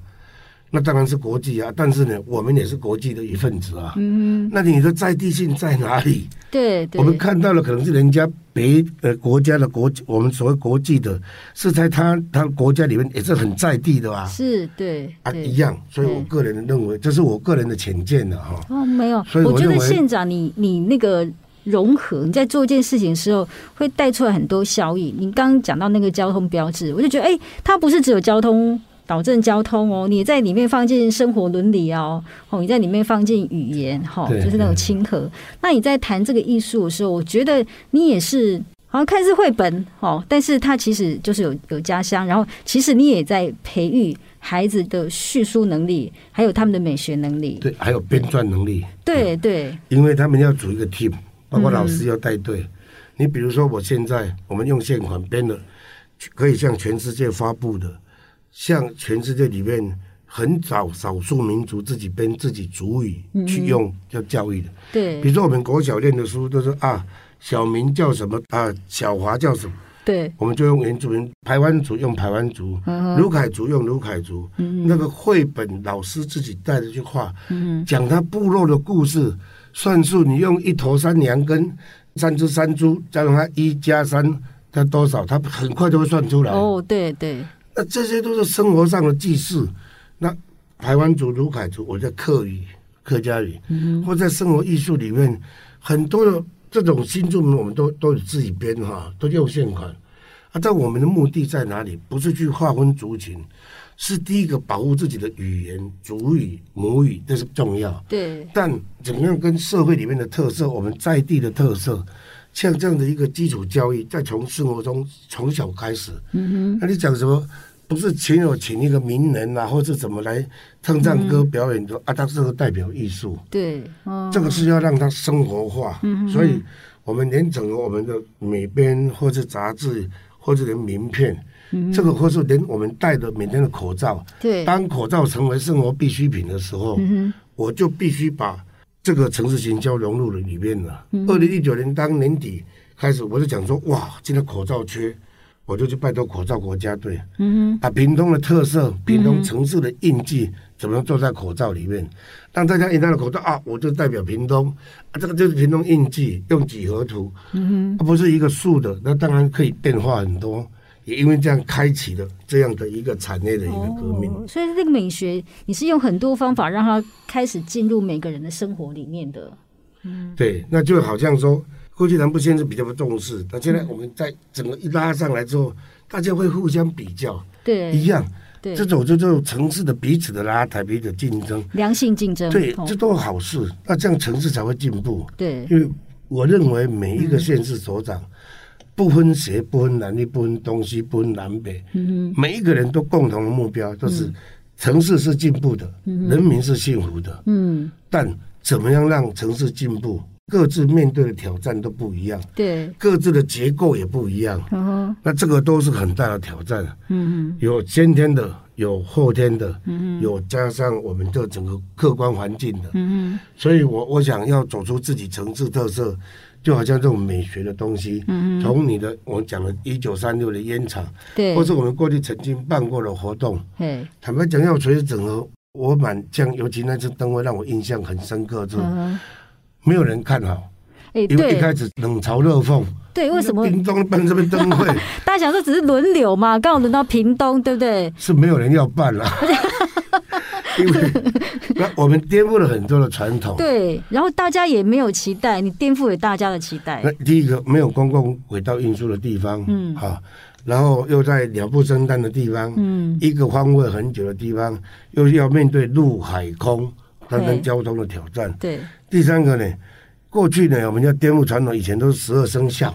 Speaker 3: 那当然是国际啊，但是呢，我们也是国际的一份子啊。嗯，那你的在地性在哪里？
Speaker 2: 对对，
Speaker 3: 我们看到了，可能是人家别呃国家的国，我们所谓国际的，是在他他国家里面也是很在地的啊，
Speaker 2: 是对
Speaker 3: 啊
Speaker 2: 对
Speaker 3: 一样。所以我
Speaker 2: 对
Speaker 3: 个人认为，这是我个人的浅见了哈。
Speaker 2: 哦，没有，
Speaker 3: 所以
Speaker 2: 我
Speaker 3: 我
Speaker 2: 觉
Speaker 3: 认
Speaker 2: 得
Speaker 3: 为
Speaker 2: 县长你你那个融合，你在做一件事情的时候，会带出来很多效益。你刚刚讲到那个交通标志，我就觉得，哎、它不是只有交通。导正交通哦，你在里面放进生活伦理哦，哦，你在里面放进语言哈、哦，
Speaker 3: 对
Speaker 2: 就是那种
Speaker 3: 对
Speaker 2: 亲和。那你在谈这个艺术的时候，我觉得你也是好像看似绘本哦，但是它其实就是有有家乡，然后其实你也在培育孩子的叙述能力，还有他们的美学能力。
Speaker 3: 对，还有编撰能力，
Speaker 2: 对对，
Speaker 3: 因为他们要组一个 team，包括老师要带队。你比如说，我现在我们用现款编了，可以向全世界发布的，向全世界里面很早少数民族自己编自己族语去用叫教育的。
Speaker 2: 对
Speaker 3: 比如说我们国小念的书都是啊，小明叫什么啊，小华叫什么，
Speaker 2: 对
Speaker 3: 我们就用原住民，排湾族用排湾族，卢凯族用卢凯族，那个绘本老师自己带着去画，讲他部落的故事，算术你用一头山羊跟三只山猪，加上它一加三。它多少？他很快就会算出来。
Speaker 2: 哦，对对
Speaker 3: 那这些都是生活上的记事。那台湾族、卢凯族，我在客语、客家语，或在生活艺术里面，很多的这种新著名，我们都都有自己编哈，都用现款。啊，但我们的目的在哪里？不是去划分族群，是第一个保护自己的语言、族语、母语，这是重要。
Speaker 2: 对
Speaker 3: 但怎么样跟社会里面的特色，我们在地的特色，像这样的一个基础教育，再从生活中从小开始。嗯哼，那你讲什么？不是请有请一个名人啊，或是怎么来唱唱歌表演的、啊？他这个代表艺术，
Speaker 2: 对，哦，
Speaker 3: 这个是要让它生活化。所以我们连整个我们的每边或是杂志，或者连名片，这个或是连我们戴的每天的口罩，
Speaker 2: 对
Speaker 3: 当口罩成为生活必需品的时候，我就必须把这个城市行销融入了里面了。二零一九年当年底开始，我就讲说，哇，今天口罩缺，我就去拜托口罩国家队，嗯，把屏东的特色、屏东城市的印记，怎么样做在口罩里面，让大家一看到口罩啊，我就代表屏东，啊，这个就是屏东印记，用几何图，嗯、啊，不是一个竖的，那当然可以变化很多。也因为这样开启了这样的一个产业的一个革命，
Speaker 2: 哦，所以这个美学你是用很多方法让它开始进入每个人的生活里面的，嗯
Speaker 3: 对，那就好像说，过去南部县是比较不重视，那现在我们在整个一拉上来之后，大家会互相比较，一
Speaker 2: 对
Speaker 3: 样，
Speaker 2: 对
Speaker 3: 这，种就就城市的彼此的拉抬、彼此的竞争，
Speaker 2: 良性竞争，
Speaker 3: 对，
Speaker 2: 哦
Speaker 3: 这都是好事。那这样城市才会进步。
Speaker 2: 对
Speaker 3: 因为我认为每一个县市首长，不分谁、不分南力、不分东西、不分南北，
Speaker 2: 嗯
Speaker 3: 每一个人都共同的目标都是城市是进步的，人民是幸福的。
Speaker 2: 嗯
Speaker 3: 但怎么样让城市进步，各自面对的挑战都不一样，
Speaker 2: 对，
Speaker 3: 各自的结构也不一样，
Speaker 2: 然后
Speaker 3: 那这个都是很大的挑战。啊
Speaker 2: 嗯
Speaker 3: 有先天的，有后天的，有加上我们的整个客观环境的，
Speaker 2: 嗯
Speaker 3: 所以我我想要走出自己城市特色，就好像这种美学的东西，从你的我讲的一九三六的烟厂，
Speaker 2: 嗯对
Speaker 3: 或，是我们过去曾经办过的活动，
Speaker 2: 嘿，
Speaker 3: 坦白讲，要垂直整合，我满江，尤其那次灯会让我印象很深刻，就是
Speaker 2: 嗯哼，
Speaker 3: 没有人看好，
Speaker 2: 哎，
Speaker 3: 因为一
Speaker 2: 对
Speaker 3: 开始冷嘲热讽，
Speaker 2: 对，为什么
Speaker 3: 屏东办这边灯 会
Speaker 2: 大家想说只是轮流嘛？刚好轮到屏东，对不对？
Speaker 3: 是没有人要 办了、因为那我们颠覆了很多的传统。
Speaker 2: 对，然后大家也没有期待，你颠覆了大家的期待
Speaker 3: 那，第一个没有公共轨道运输的地方，嗯，好、然后又在鸟不生蛋的地方，
Speaker 2: 嗯，
Speaker 3: 一个荒废很久的地方，又要面对陆海空等
Speaker 2: 对
Speaker 3: 等交通的挑战。
Speaker 2: 对
Speaker 3: 第三个呢，过去呢，我们要颠覆传统，以前都是十二生肖，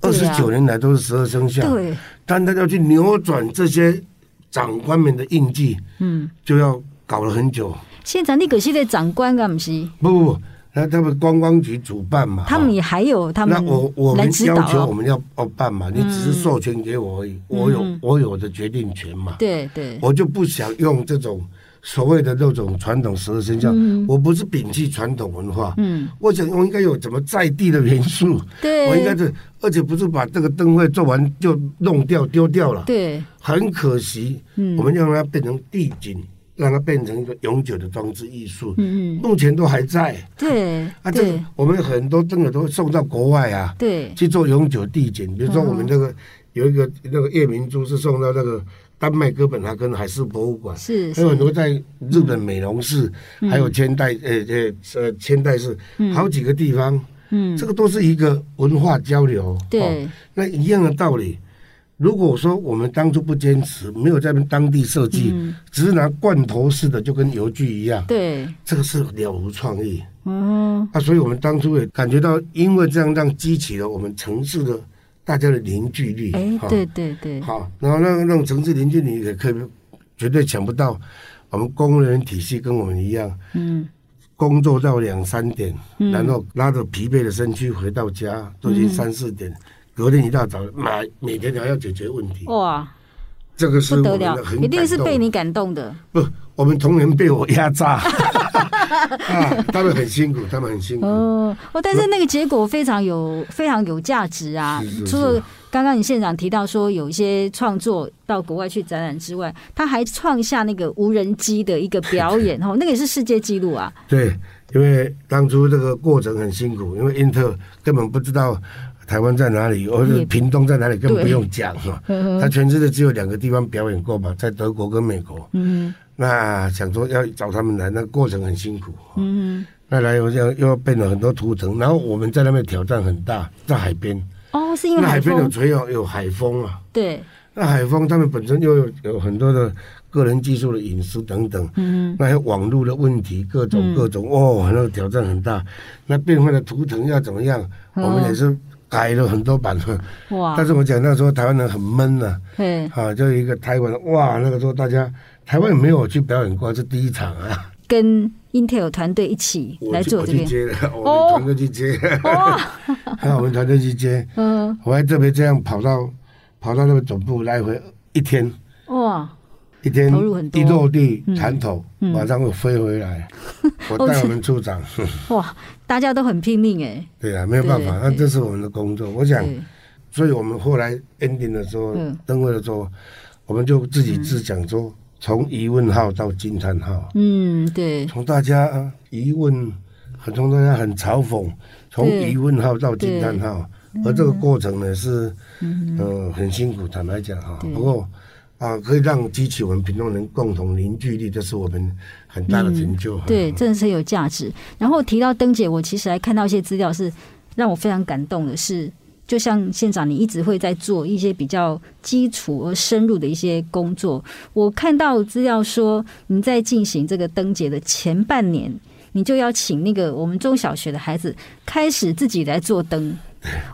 Speaker 3: 二
Speaker 2: 对
Speaker 3: 十
Speaker 2: 啊
Speaker 3: 九年来都是十二生肖，
Speaker 2: 对，
Speaker 3: 但他要去扭转这些长官们的印记，
Speaker 2: 嗯。
Speaker 3: 就要搞了很久。
Speaker 2: 现在那个系列长官啊，不是，
Speaker 3: 不不不，那他们观光局主办嘛，
Speaker 2: 他们也还有他
Speaker 3: 啊那
Speaker 2: 们
Speaker 3: 我我
Speaker 2: 来
Speaker 3: 们
Speaker 2: 指导
Speaker 3: 要求我
Speaker 2: 啊。
Speaker 3: 们要要办嘛，你只是授权给我而已，我有我有的决定权嘛，
Speaker 2: 对对
Speaker 3: 我就不想用这种所谓的那种传统十二生肖，
Speaker 2: 嗯
Speaker 3: 我不是摒弃传统文化，嗯，我想我应该有怎么在地的元素，
Speaker 2: 对，
Speaker 3: 我应该是，而且不是把这个灯会做完就弄掉丢掉了，
Speaker 2: 对
Speaker 3: 很可惜，
Speaker 2: 嗯
Speaker 3: 我们让它变成地景让它变成一个永久的装置艺术，
Speaker 2: 嗯嗯，
Speaker 3: 目前都还在
Speaker 2: 对，
Speaker 3: 啊。这
Speaker 2: 对
Speaker 3: 个我们很多真的都送到国外啊，
Speaker 2: 对，
Speaker 3: 去做永久递减。比如
Speaker 2: 嗯
Speaker 3: 说我们那个、有一个那个夜明珠是送到那个丹麦哥本哈根海事博物馆，
Speaker 2: 是嗯
Speaker 3: 还有很多在日本美容室，还有千代呃呃呃千代市，好几个地方，
Speaker 2: 嗯，
Speaker 3: 这个都是一个文化交流。哦
Speaker 2: 对，
Speaker 3: 那一样的道理。如果说我们当初不坚持，没有在当地设计，只是拿罐头式的，就跟邮具一样，
Speaker 2: 嗯对，
Speaker 3: 这个是了无创意。
Speaker 2: 嗯，
Speaker 3: 啊，所以我们当初也感觉到，因为这样让激起了我们城市的大家的凝聚力。
Speaker 2: 哎，
Speaker 3: 哈
Speaker 2: 对对对，
Speaker 3: 好，然后那个那种城市凝聚力也可以，绝对想不到，我们工人体系跟我们一样，
Speaker 2: 嗯，
Speaker 3: 工作到两三点，
Speaker 2: 嗯
Speaker 3: 然后拉着疲惫的身躯回到家，都已经三四点，隔天一大早，每每天还要解决问题，
Speaker 2: 哇，
Speaker 3: 这个
Speaker 2: 哦不
Speaker 3: 是
Speaker 2: 得
Speaker 3: 我们
Speaker 2: 了
Speaker 3: 的很，
Speaker 2: 一定是
Speaker 3: 感动
Speaker 2: 被你感动的，
Speaker 3: 不，我们同仁被我 压榨，啊，他们很辛苦，他们很辛苦。
Speaker 2: 哦，哦，但是那个结果非常有非常有价值啊！
Speaker 3: 是是
Speaker 2: 除了
Speaker 3: 是
Speaker 2: 刚刚你现场提到说有一些创作到国外去展览之外，他还创下那个无人机的一个表 演哦，那个也是世界纪录啊！
Speaker 3: 对，因为当初这个过程很辛苦，因为英特根本不知道台湾在哪里，或者屏东在哪里，根本不用讲 哈。
Speaker 2: 嗯
Speaker 3: 他全世界只有两个地方表演过嘛，在德国跟美国。
Speaker 2: 嗯
Speaker 3: 那想说要找他们来，那过程很辛苦。
Speaker 2: 嗯，
Speaker 3: 那来我就又变了很多图腾，然后我们在那边挑战很大，在海边，
Speaker 2: 哦，是因为
Speaker 3: 那
Speaker 2: 海
Speaker 3: 海边有
Speaker 2: 风，
Speaker 3: 吹有有海风啊，
Speaker 2: 对，
Speaker 3: 那海风他们本身又有有很多的个人技术的隐私等等，
Speaker 2: 嗯
Speaker 3: 那些网络的问题，各种各种，哦，那个挑战很大。那变换的图腾要怎么样？
Speaker 2: 嗯啊
Speaker 3: 我们也是改了很多版本。
Speaker 2: 哼，哇
Speaker 3: 但，是我讲那时候台湾人很闷呐、
Speaker 2: 对，
Speaker 3: 啊，就一个台湾的，哇，那个时候大家台湾也没有去表演过，是第一场啊。
Speaker 2: 跟 Intel 团队一起
Speaker 3: 我
Speaker 2: 来
Speaker 3: 去
Speaker 2: 做
Speaker 3: 我
Speaker 2: 这
Speaker 3: 去
Speaker 2: 边，哦
Speaker 3: 接的， 我们团队去接，还有我们团队去接，
Speaker 2: 嗯，
Speaker 3: 我还特别这样跑到跑到那个总部来回一天。
Speaker 2: 哇，
Speaker 3: 一天
Speaker 2: 投入很多
Speaker 3: 一落地弹头，
Speaker 2: 嗯
Speaker 3: 马上会飞回 来。我带我们处长，
Speaker 2: 哇，大家都很拼命哎，
Speaker 3: 对啊，没有办法，
Speaker 2: 对
Speaker 3: 那这是我们的工作。我想，
Speaker 2: 对，
Speaker 3: 所以我们后来 ending 的时候
Speaker 2: 嗯，
Speaker 3: 登位的时候，我们就自己自讲说，从疑问号到惊叹号，
Speaker 2: 嗯，对，
Speaker 3: 从大家啊疑问，从大家很嘲讽，从
Speaker 2: 对
Speaker 3: 疑问号到惊叹号，而这个过程呢是，呃，很辛苦，坦白讲哈
Speaker 2: 嗯对。
Speaker 3: 不过啊，可以让激起我们平东人共同凝聚力，这是我们很大的成就。
Speaker 2: 嗯对，真的是有价值。然后提到灯姐，我其实还看到一些资料是让我非常感动的是，就像县长你一直会在做一些比较基础而深入的一些工作。我看到资料说，你在进行这个灯节的前半年，你就要请那个我们中小学的孩子开始自己来做 灯。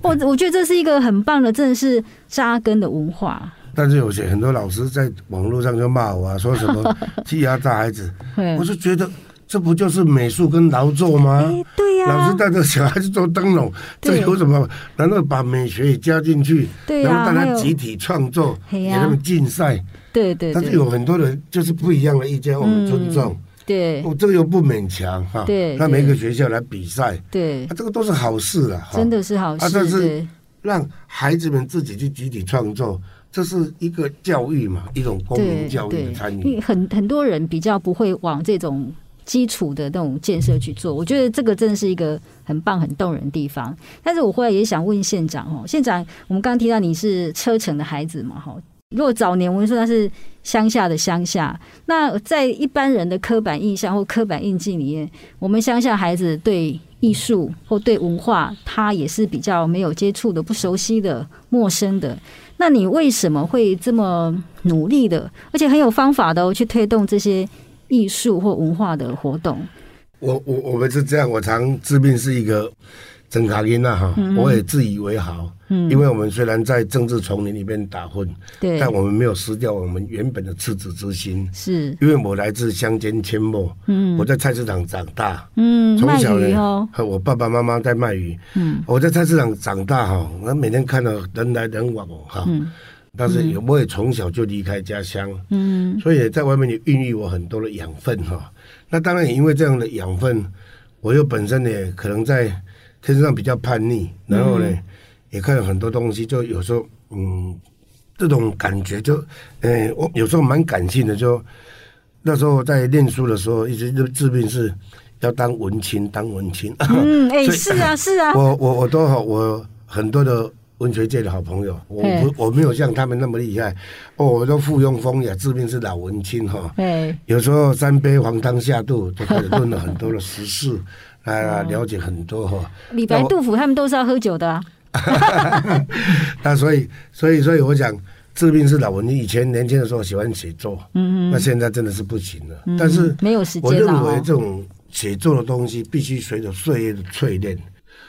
Speaker 2: 我我觉得这是一个很棒的，真的是扎根的文化。
Speaker 3: 但是有些很多老师在网络上就骂我啊，说什 么欺压大孩子，
Speaker 2: 嗯
Speaker 3: 我，是觉得这不就是美术跟劳作吗？
Speaker 2: 哎，对呀、
Speaker 3: 老师带着小孩子做灯笼，这
Speaker 2: 对
Speaker 3: 有什么？难道把美学也加进去？
Speaker 2: 对
Speaker 3: 然
Speaker 2: 呀、
Speaker 3: 后大
Speaker 2: 还
Speaker 3: 家
Speaker 2: 有
Speaker 3: 集体创作，
Speaker 2: 嘿
Speaker 3: 给
Speaker 2: 呀
Speaker 3: 他们竞赛。
Speaker 2: 对对
Speaker 3: 但是
Speaker 2: 对
Speaker 3: 有很多人就是不一样的意见，我们尊重。哦
Speaker 2: 对
Speaker 3: 我这个又不勉强哈
Speaker 2: 嗯对。
Speaker 3: 那每个学校来比赛，
Speaker 2: 对
Speaker 3: 啊，，这个都是好事了哈。
Speaker 2: 真的是好事，
Speaker 3: 啊但是
Speaker 2: 对
Speaker 3: 让孩子们自己去集体创作，这是一个教育嘛，一种公民
Speaker 2: 对
Speaker 3: 教育的参
Speaker 2: 对，因
Speaker 3: 与
Speaker 2: 为。很很多人比较不会往这种基础的那种建设去做，我觉得这个真的是一个很棒、很动人的地方。但是我后来也想问县长哦，县长，我们刚刚提到你是车城的孩子嘛，哈。如果早年我们说他是乡下的乡下，那在一般人的刻板印象或刻板印记里面，我们乡下孩子对艺术或对文化，他也是比较没有接触的、不熟悉的、陌生的。那你为什么会这么努力的，而且很有方法的、哦、去推动这些艺术或文化的活动？
Speaker 3: 我我我们是这样，我常治病是一个整卡因呐哈，
Speaker 2: 嗯
Speaker 3: 我也自以为豪，因为我们虽然在政治丛林里面打混，
Speaker 2: 对，
Speaker 3: 但我们没有失掉我们原本的赤子之心。
Speaker 2: 是，
Speaker 3: 因为我来自乡间阡陌，
Speaker 2: 嗯
Speaker 3: 我在菜市场长大，
Speaker 2: 嗯，
Speaker 3: 从
Speaker 2: 卖
Speaker 3: 小
Speaker 2: 鱼
Speaker 3: 呢
Speaker 2: 哦，，
Speaker 3: 和我爸爸妈妈在卖鱼，
Speaker 2: 嗯
Speaker 3: 我在菜市场长大哈，我每天看到人来人往哦哈，但是也我也从小就离开家乡，
Speaker 2: 嗯
Speaker 3: 所以也在外面也孕育我很多的养分哈。那当然也因为这样的养分，我又本身也可能在天生上比较叛逆，然后呢，也看了很多东西，就有时候嗯，这种感觉就，呃，我有时候蛮感性的，就那时候在念书的时候，一直就治病是要当文青，当文青。
Speaker 2: 嗯，哎、
Speaker 3: 所以
Speaker 2: 是 啊，是啊，
Speaker 3: 我我我都好，我很多的文学界的好朋友，我
Speaker 2: 嗯
Speaker 3: 不我没有像他们那么厉害，哦，我都附庸风雅，治病是老文青哈。
Speaker 2: 哎，
Speaker 3: 有时候三杯黄汤下肚，就开始论了很多的时事，啊，了解很多哈。
Speaker 2: 李白、杜甫他们都是要喝酒的啊、
Speaker 3: 那所以，所以，所以我讲，治病是老文青。以前年轻的时候喜欢写作，
Speaker 2: 嗯
Speaker 3: 那现在真的是不行了。但是
Speaker 2: 没有时
Speaker 3: 我
Speaker 2: 间
Speaker 3: 认
Speaker 2: 了、
Speaker 3: 为
Speaker 2: 哦。
Speaker 3: 这种写作的东西必须随着岁月的淬炼。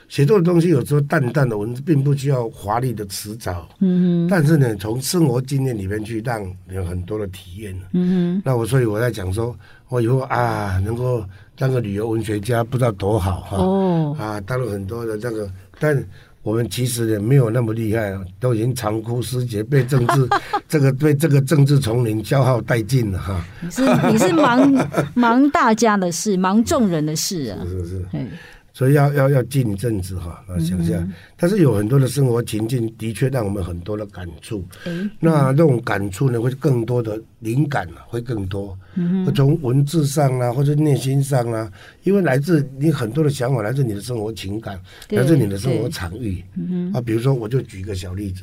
Speaker 3: 写作的东西有时候淡淡的文字，并不需要华丽的辞藻，
Speaker 2: 嗯
Speaker 3: 但是呢，从生活经验里面去让有很多的体验。
Speaker 2: 哼，嗯
Speaker 3: 那我所以我在讲说，我以后啊能够当个旅游文学家，不知道多好哈、
Speaker 2: 哼，哦，
Speaker 3: 啊，当了很多的那个，但我们其实也没有那么厉害，啊都已经长枯失节，被政治这个被这个政治丛林消耗殆尽了哈。
Speaker 2: 你是你是 忙忙大家的事，忙众人的事啊。
Speaker 3: 是不是？
Speaker 2: 哎
Speaker 3: 所以要要要进一阵子哈，啊，想一下。但是有很多的生活情境，的确让我们很多的感触。
Speaker 2: 哎，
Speaker 3: 那这种感触呢，会更多的灵感啊，会更多。嗯，从文字上啊，或者内心上啊，因为来自你很多的想法，来自你的生活情感，
Speaker 2: 对
Speaker 3: 来自你的生活
Speaker 2: 对
Speaker 3: 场域。啊，比如说，我就举一个小例子，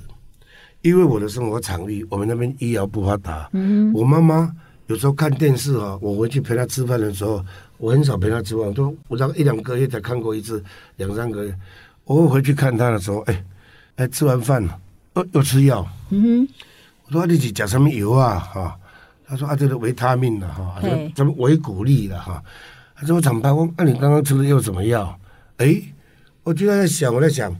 Speaker 3: 因为我的生活场域，我们那边医疗不发达。嗯，我妈妈有时候看电视啊，我回去陪她吃饭的时候，我很少陪她吃饭，都我大概一两个月才看过一次，两三个月。我回去看她的时候，哎，哎，吃完饭了，又又吃药。
Speaker 2: 嗯哼，
Speaker 3: 我说、啊、你是吃什么油啊？哈、他说啊，这个维他命了哈，啊、
Speaker 2: 嘿
Speaker 3: 这什么维骨力了哈。他说我长白问，那、啊、你刚刚吃的又怎么药？哎，我就在想，我在想，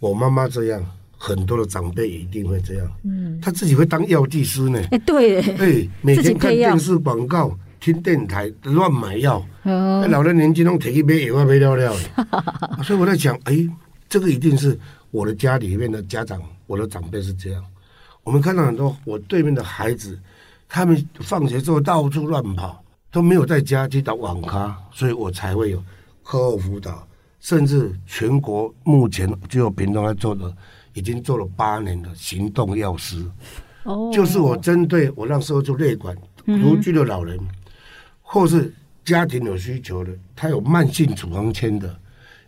Speaker 3: 我妈妈这样，很多的长辈一定会这样，嗯，他自己会当药剂师呢，
Speaker 2: 哎，对， 哎
Speaker 3: 哎，每
Speaker 2: 自己
Speaker 3: 天看
Speaker 2: 配药
Speaker 3: 电视广告，听电台乱买药，那
Speaker 2: 哦，
Speaker 3: 老人年纪拢提一杯也外没了了， 啊所以我在想，哎、这个一定是我的家里面的家长，我的长辈是这样。我们看到很多我对面的孩子，他们放学之后到处乱跑，都没有在家去打网咖，所以我才会有课后辅导，甚至全国目前只有屏东在做的，已经做了八年的行动药师。
Speaker 2: 哦
Speaker 3: 就是我针对我让社会做类管独居的老人，或是家庭有需求的，他有慢性处方签的，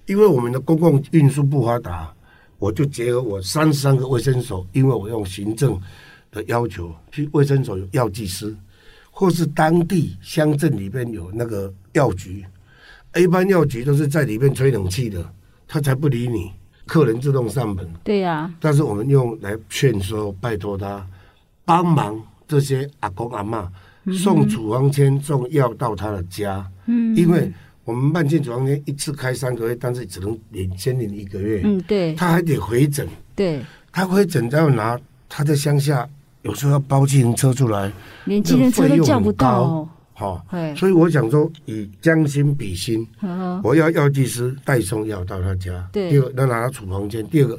Speaker 3: 因为我们的公共运输不发达，我就结合我三十三个卫生所，因为我用行政的要求去卫生所有药剂师，或是当地乡镇里面有那个药局，一般药局都是在里面吹冷气的，他才不理你，客人自动上门。
Speaker 2: 对啊呀、
Speaker 3: 但是我们用来劝说、拜托他帮忙这些阿公阿嬷送处方签、送药到他的家，嗯，因为我们慢性处方签一次开三个月，但是只能领先领一个月，
Speaker 2: 嗯，对
Speaker 3: 他还得回诊，
Speaker 2: 对，
Speaker 3: 他回诊他要拿他在乡下有时候要包计程车出来，
Speaker 2: 连计程车
Speaker 3: 那个费
Speaker 2: 都
Speaker 3: 用
Speaker 2: 叫不到
Speaker 3: 很
Speaker 2: 哦。
Speaker 3: 好、
Speaker 2: 对
Speaker 3: 所以我想说以将心比心，
Speaker 2: 嗯哼
Speaker 3: 我要药剂师代送药到他家。
Speaker 2: 对
Speaker 3: 第二个要拿他处方间。第二个，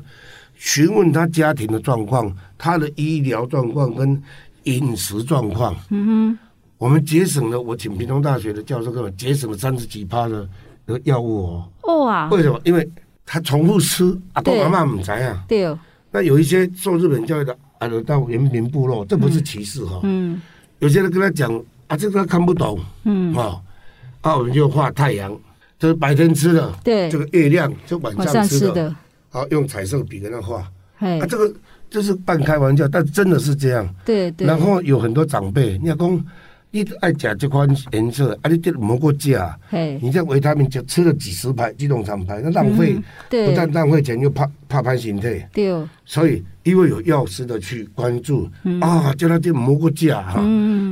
Speaker 3: 询问他家庭的状况、他的医疗状况跟饮食状况。嗯哼，我们节省了，我请屏东大学的教授跟我节省了三十几趴的那个药物哦。
Speaker 2: 哦啊，
Speaker 3: 为什么？因为他重复吃，阿公
Speaker 2: 对
Speaker 3: 阿嬷唔知啊。
Speaker 2: 对哦，
Speaker 3: 那有一些受日本教育的，啊，到原民部落，这不是歧视哈、
Speaker 2: 嗯
Speaker 3: 有些人跟他讲啊，这个他看不懂，
Speaker 2: 嗯，
Speaker 3: 哦，啊，我们就画太阳，这是白天吃的，
Speaker 2: 对
Speaker 3: 这个月亮就晚
Speaker 2: 晚
Speaker 3: 上
Speaker 2: 上
Speaker 3: 吃
Speaker 2: 吃
Speaker 3: 的，
Speaker 2: 的，
Speaker 3: 好、用彩色笔跟他画，啊，
Speaker 2: 哎，
Speaker 3: 这个就是半开玩笑，但真的是这样。
Speaker 2: 对对，
Speaker 3: 然后有很多长辈，你要讲你爱吃这款颜色，啊，你这蘑菇啊，
Speaker 2: 嘿，
Speaker 3: 你这维他命就吃了几十排几种厂牌，那浪费，
Speaker 2: 嗯对
Speaker 3: 不但浪费钱，又怕怕潘心退。
Speaker 2: 对哦，
Speaker 3: 所以，因为有药师的去关注、啊，叫他去蘑菇架哈，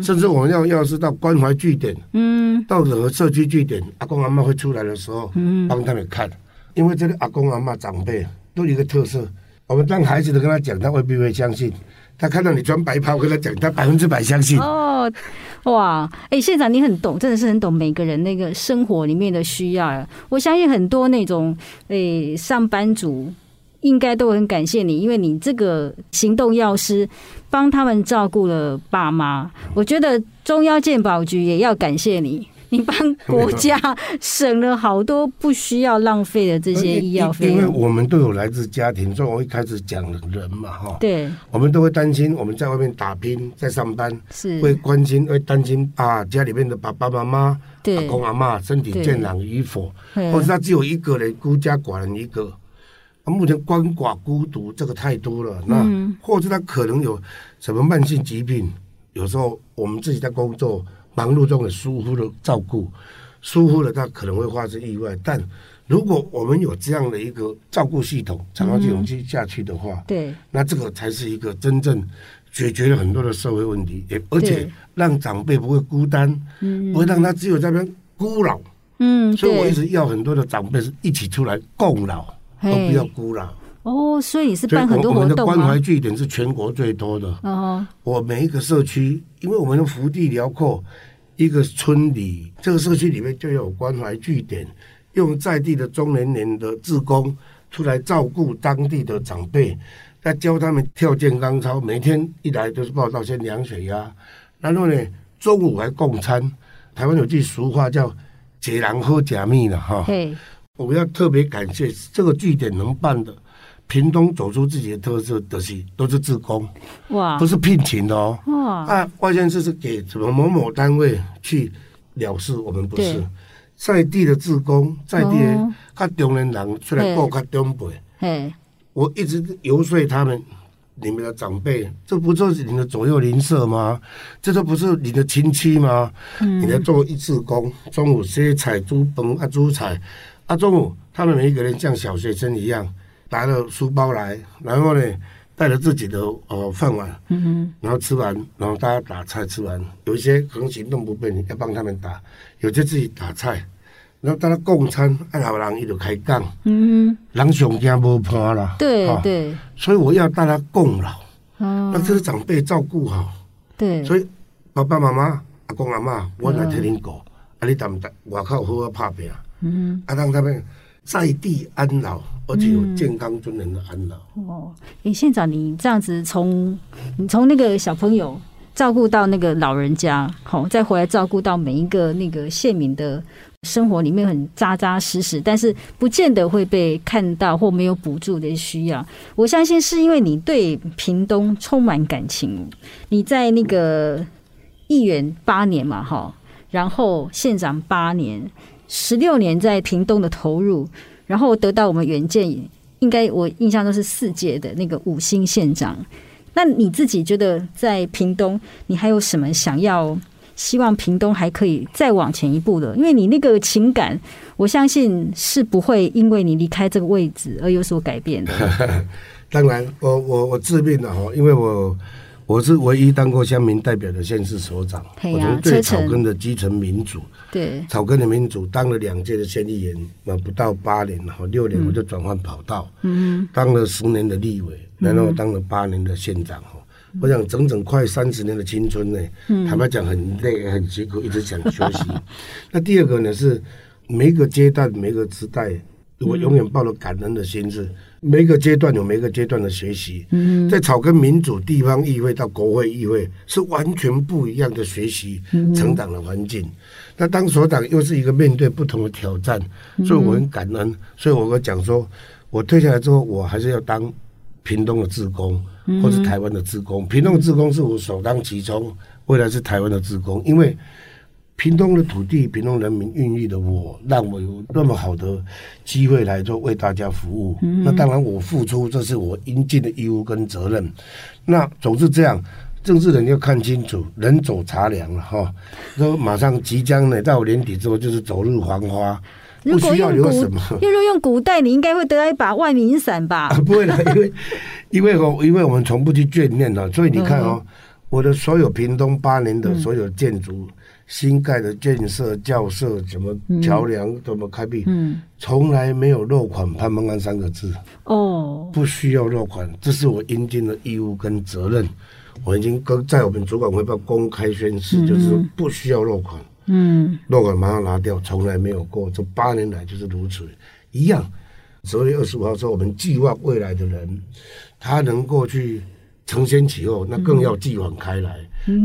Speaker 3: 甚至我们要药师到关怀据点，
Speaker 2: 嗯，
Speaker 3: 到整个社区据点，阿公阿妈会出来的时候，帮他们看，因为这个阿公阿妈长辈都有一个特色，我们当孩子的跟他讲，他未必会相信。他看到你穿白袍跟他讲，他百分之百相信。
Speaker 2: 哦，哇，哎，县长你很懂，真的是很懂每个人那个生活里面的需要啊。我相信很多那种哎上班族。应该都很感谢你，因为你这个行动药师帮他们照顾了爸妈。我觉得中央健保局也要感谢你，你 帮国家省了好多不需要浪费的这些医药费
Speaker 3: 呃
Speaker 2: 啊
Speaker 3: 因为
Speaker 2: 用。
Speaker 3: 我们都有来自家庭，所以我一开始讲的人嘛，哈，
Speaker 2: 对，
Speaker 3: 我们都会担心我们在外面打拼，在上班，
Speaker 2: 是，
Speaker 3: 会关心，会担心啊，家里面的爸爸妈妈、
Speaker 2: 对
Speaker 3: 阿公阿妈身体健朗与否，
Speaker 2: 嗯
Speaker 3: 或是他只有一个人，孤家寡人一个。啊目前鳏寡孤独这个太多了，那、
Speaker 2: 嗯
Speaker 3: 或者他可能有什么慢性疾病，有时候我们自己在工作忙碌中也疏忽了照顾，疏忽了他可能会发生意外。但如果我们有这样的一个照顾系统，长照系统去下去的话，
Speaker 2: 嗯对，
Speaker 3: 那这个才是一个真正解决了很多的社会问题，也而且让长辈不会孤单，不会让他只有在那边孤老。
Speaker 2: 嗯，
Speaker 3: 所以我一
Speaker 2: 对，
Speaker 3: 直要很多的长辈是一起出来共老，
Speaker 2: 嘿
Speaker 3: 而不要孤老。
Speaker 2: 哦，所以你是
Speaker 3: 所以
Speaker 2: 办很
Speaker 3: 我
Speaker 2: 多
Speaker 3: 我
Speaker 2: 活
Speaker 3: 们的
Speaker 2: 动啊
Speaker 3: 关
Speaker 2: 吗
Speaker 3: 怀？据点是全国最多的。
Speaker 2: 哦，
Speaker 3: 我每一个社区，因为我们的福地辽阔，一个村里这个社区里面就有关怀据点，用在地的中年人的志工出来照顾当地的长辈，那教他们跳健康操，每天一来就是报道先量血压，啊然后呢中午还共餐。台湾有句俗话叫“解狼喝假蜜”了哈。
Speaker 2: 嘿，
Speaker 3: 我们要特别感谢这个据点能办的，屏东走出自己的特色的是都是志工，
Speaker 2: 哇
Speaker 3: 不，是聘请的哦。
Speaker 2: 哇，
Speaker 3: 啊，外县市是给什么某某单位去了事，我们不是
Speaker 2: 对
Speaker 3: 在地的职工，在地的
Speaker 2: 哦
Speaker 3: 较中年人出来过较中辈，
Speaker 2: 嘿，
Speaker 3: 我一直游说他们，你们的长辈，这不就是你的左右邻舍吗？这都不是你的亲戚吗？
Speaker 2: 嗯
Speaker 3: 你在做一次工，中午谁采猪棚啊猪采啊，中午他们每一个人像小学生一样，拿了书包来，然后呢带着自己的呃饭碗，
Speaker 2: 嗯
Speaker 3: 然后吃完，然后大家打菜吃完，有一些可能行动不便，你要帮他们打；有些自己打菜，然后大家共餐，啊，老人伊就开讲，
Speaker 2: 哼，嗯
Speaker 3: 人上惊无伴啦
Speaker 2: 哼，，对
Speaker 3: 哈
Speaker 2: 对，
Speaker 3: 所以我要大家共老，
Speaker 2: 哦，
Speaker 3: 让这些长辈照顾好。
Speaker 2: 对，
Speaker 3: 所以爸爸妈妈、阿公阿妈，我来替恁顾，啊，你当外口好好拍拼，
Speaker 2: 嗯
Speaker 3: 啊，让他们在地安老，而且有健康尊严的安老。
Speaker 2: 哼，哦，诶，县长，你这样子从你从那个小朋友。照顾到那个老人家，好、再回来照顾到每一个那个县民的生活里面，很扎扎实实，但是不见得会被看到或没有补助的需要。我相信是因为你对屏东充满感情，你在那个议员八年嘛，哈，然后县长八年，十六年在屏东的投入，然后得到我们原件，应该我印象都是四届的那个五星县长。那你自己觉得在屏东，你还有什么想要？希望屏东还可以再往前一步的，因为你那个情感，我相信是不会因为你离开这个位置而有所改变的。
Speaker 3: 当然，我我我自命了哈，因为我我是唯一当过乡民代表的县市首长，
Speaker 2: 嘿呀
Speaker 3: 我从最
Speaker 2: 车城
Speaker 3: 草根的基层民主，
Speaker 2: 对，
Speaker 3: 草根的民主当了两届的县议员，那不到八年哈，六年我就转换跑道，
Speaker 2: 嗯
Speaker 3: 当了十年的立委，然后当了八年的县长哈。我想整整快三十年的青春呢，
Speaker 2: 嗯
Speaker 3: 坦白讲很累很辛苦，一直想休息。那第二个呢是每一个阶段每一个时代，我永远抱着感恩的心是每一个阶段有每一个阶段的学习。在草根民主地方议会到国会议会是完全不一样的学习成长的环境。那当所长又是一个面对不同的挑战，所以我很感恩。所以我会讲说，我退下来之后，我还是要当屏东的志工，或是台湾的志工。屏东的志工是我首当其冲，未来是台湾的志工，因为屏东的土地、屏东人民孕育的我，让我有那么好的机会来做为大家服务。
Speaker 2: 嗯
Speaker 3: 那当然，我付出这是我应尽的义务跟责任。那总是这样，政治人要看清楚，人走茶凉 了哈。都马上即将呢，到年底之后就是走入黄花，
Speaker 2: 如
Speaker 3: 不
Speaker 2: 果
Speaker 3: 需要
Speaker 2: 用
Speaker 3: 留
Speaker 2: 古，
Speaker 3: 什么。
Speaker 2: 要若用古代，你应该会得到一把万民伞吧
Speaker 3: 啊，？不会啦，因为因为我因为我们从不去眷恋了，所以你看哦，我的所有屏东八年的所有建筑、新盖的建设、教舍、什么桥梁、怎么开辟，
Speaker 2: 嗯，
Speaker 3: 从来没有落款“潘门安”三个字，
Speaker 2: 哦，
Speaker 3: 不需要落款，这是我应尽的义务跟责任。我已经跟在我们主管汇报公开宣誓，就是说不需要落款。
Speaker 2: 嗯，
Speaker 3: 落款马上拿掉，从来没有过。这八年来就是如此，一样。十二月二十五号说，我们寄望未来的人，他能够去承先启后，那更要继往开来。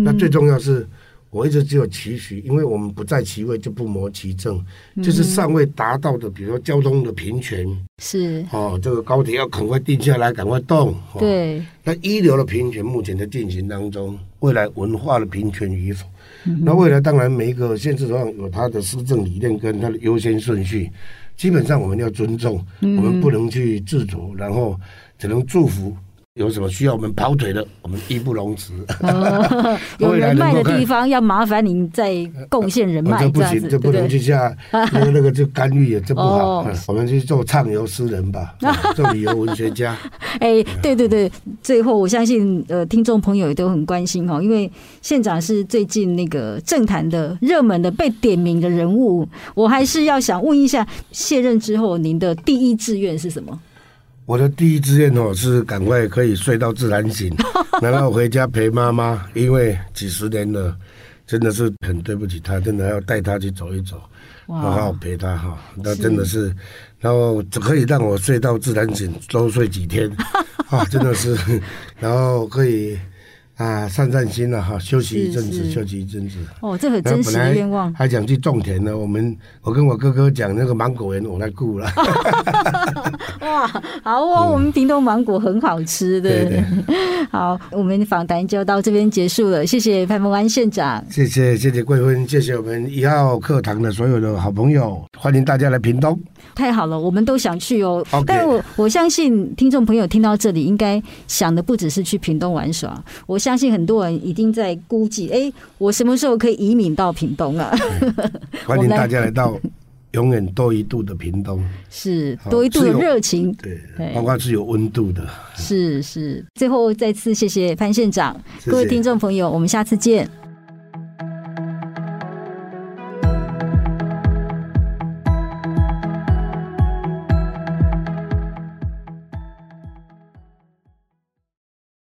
Speaker 3: 那最重要是，我一直只有期许，因为我们不在其位就不谋其政，就是尚未达到的，比如说交通的平权，
Speaker 2: 是，
Speaker 3: 哦，这个高铁要赶快定下来，赶快动。哦、，
Speaker 2: 对，
Speaker 3: 那一流的平权目前在进行当中，未来文化的平权与否，
Speaker 2: 嗯
Speaker 3: 那未来当然每一个县市上有它的施政理念跟它的优先顺序，基本上我们要尊重，
Speaker 2: 嗯
Speaker 3: 我们不能去自主，然后只能祝福。有什么需要我们跑腿的，我们义不 容辞。
Speaker 2: 哦有
Speaker 3: 未来
Speaker 2: 人
Speaker 3: 能
Speaker 2: 脉
Speaker 3: 够
Speaker 2: 的
Speaker 3: 看
Speaker 2: 地方要麻烦您再贡献人
Speaker 3: 哦
Speaker 2: 脉
Speaker 3: 这，
Speaker 2: 这
Speaker 3: 不
Speaker 2: 样
Speaker 3: 行，
Speaker 2: 子，
Speaker 3: 这
Speaker 2: 对
Speaker 3: 不
Speaker 2: 不
Speaker 3: 能去
Speaker 2: 对？
Speaker 3: 下那个那个就干预也这不好。
Speaker 2: 哦
Speaker 3: 嗯我们去做畅游诗 人吧，哦做旅游文学家。
Speaker 2: 哎，对对对，最后我相信呃，听众朋友也都很关心哦，因为县长是最近那个政坛的热门的被点名的人物，我还是要想问一下，卸任之后您的第一志愿是什么？
Speaker 3: 我的第一志愿哦是赶快可以睡到自 然醒，然后回家陪妈妈，因为几十年了，真的是很对不起她，真的要带她去走一走，
Speaker 2: 哇
Speaker 3: 好好陪她哈。那真的是，然后只可以让我睡到自然醒，多睡几 天，啊，真的是，然后可以啊散散心了、哈，休息一阵
Speaker 2: 是
Speaker 3: 子，
Speaker 2: 是
Speaker 3: 休息一阵子。
Speaker 2: 哦，这很
Speaker 3: 然
Speaker 2: 真
Speaker 3: 后
Speaker 2: 实
Speaker 3: 本
Speaker 2: 的
Speaker 3: 来
Speaker 2: 愿望。
Speaker 3: 还想去种田呢。我们我跟我哥哥讲，那个芒果园我来雇了。
Speaker 2: 哇，好哦，我们屏东芒果很好吃的。
Speaker 3: 对嗯对，
Speaker 2: 好，我们访谈就到这边结束了，谢谢潘孟安县长。
Speaker 3: 谢谢谢谢桂芬，谢谢我们一号课堂的所有的好朋友，欢迎大家来 屏东。
Speaker 2: 太好了，我们都想去哦。
Speaker 3: OK
Speaker 2: 但我我相信听众朋友听到这里，应该想的不只是去屏东玩耍，我相信很多人一定在估计，哎，我什么时候可以移民到屏东 啊？我
Speaker 3: 欢迎
Speaker 2: 们来
Speaker 3: 大家来到永远多一度的屏东，
Speaker 2: 是
Speaker 3: 好
Speaker 2: 多一度的
Speaker 3: 自由嗯
Speaker 2: 热情，
Speaker 3: 对
Speaker 2: 对，
Speaker 3: 包括是有温度的。
Speaker 2: 是是。最后再次谢谢潘县长，
Speaker 3: 谢谢
Speaker 2: 各位听众朋友，我们下次见。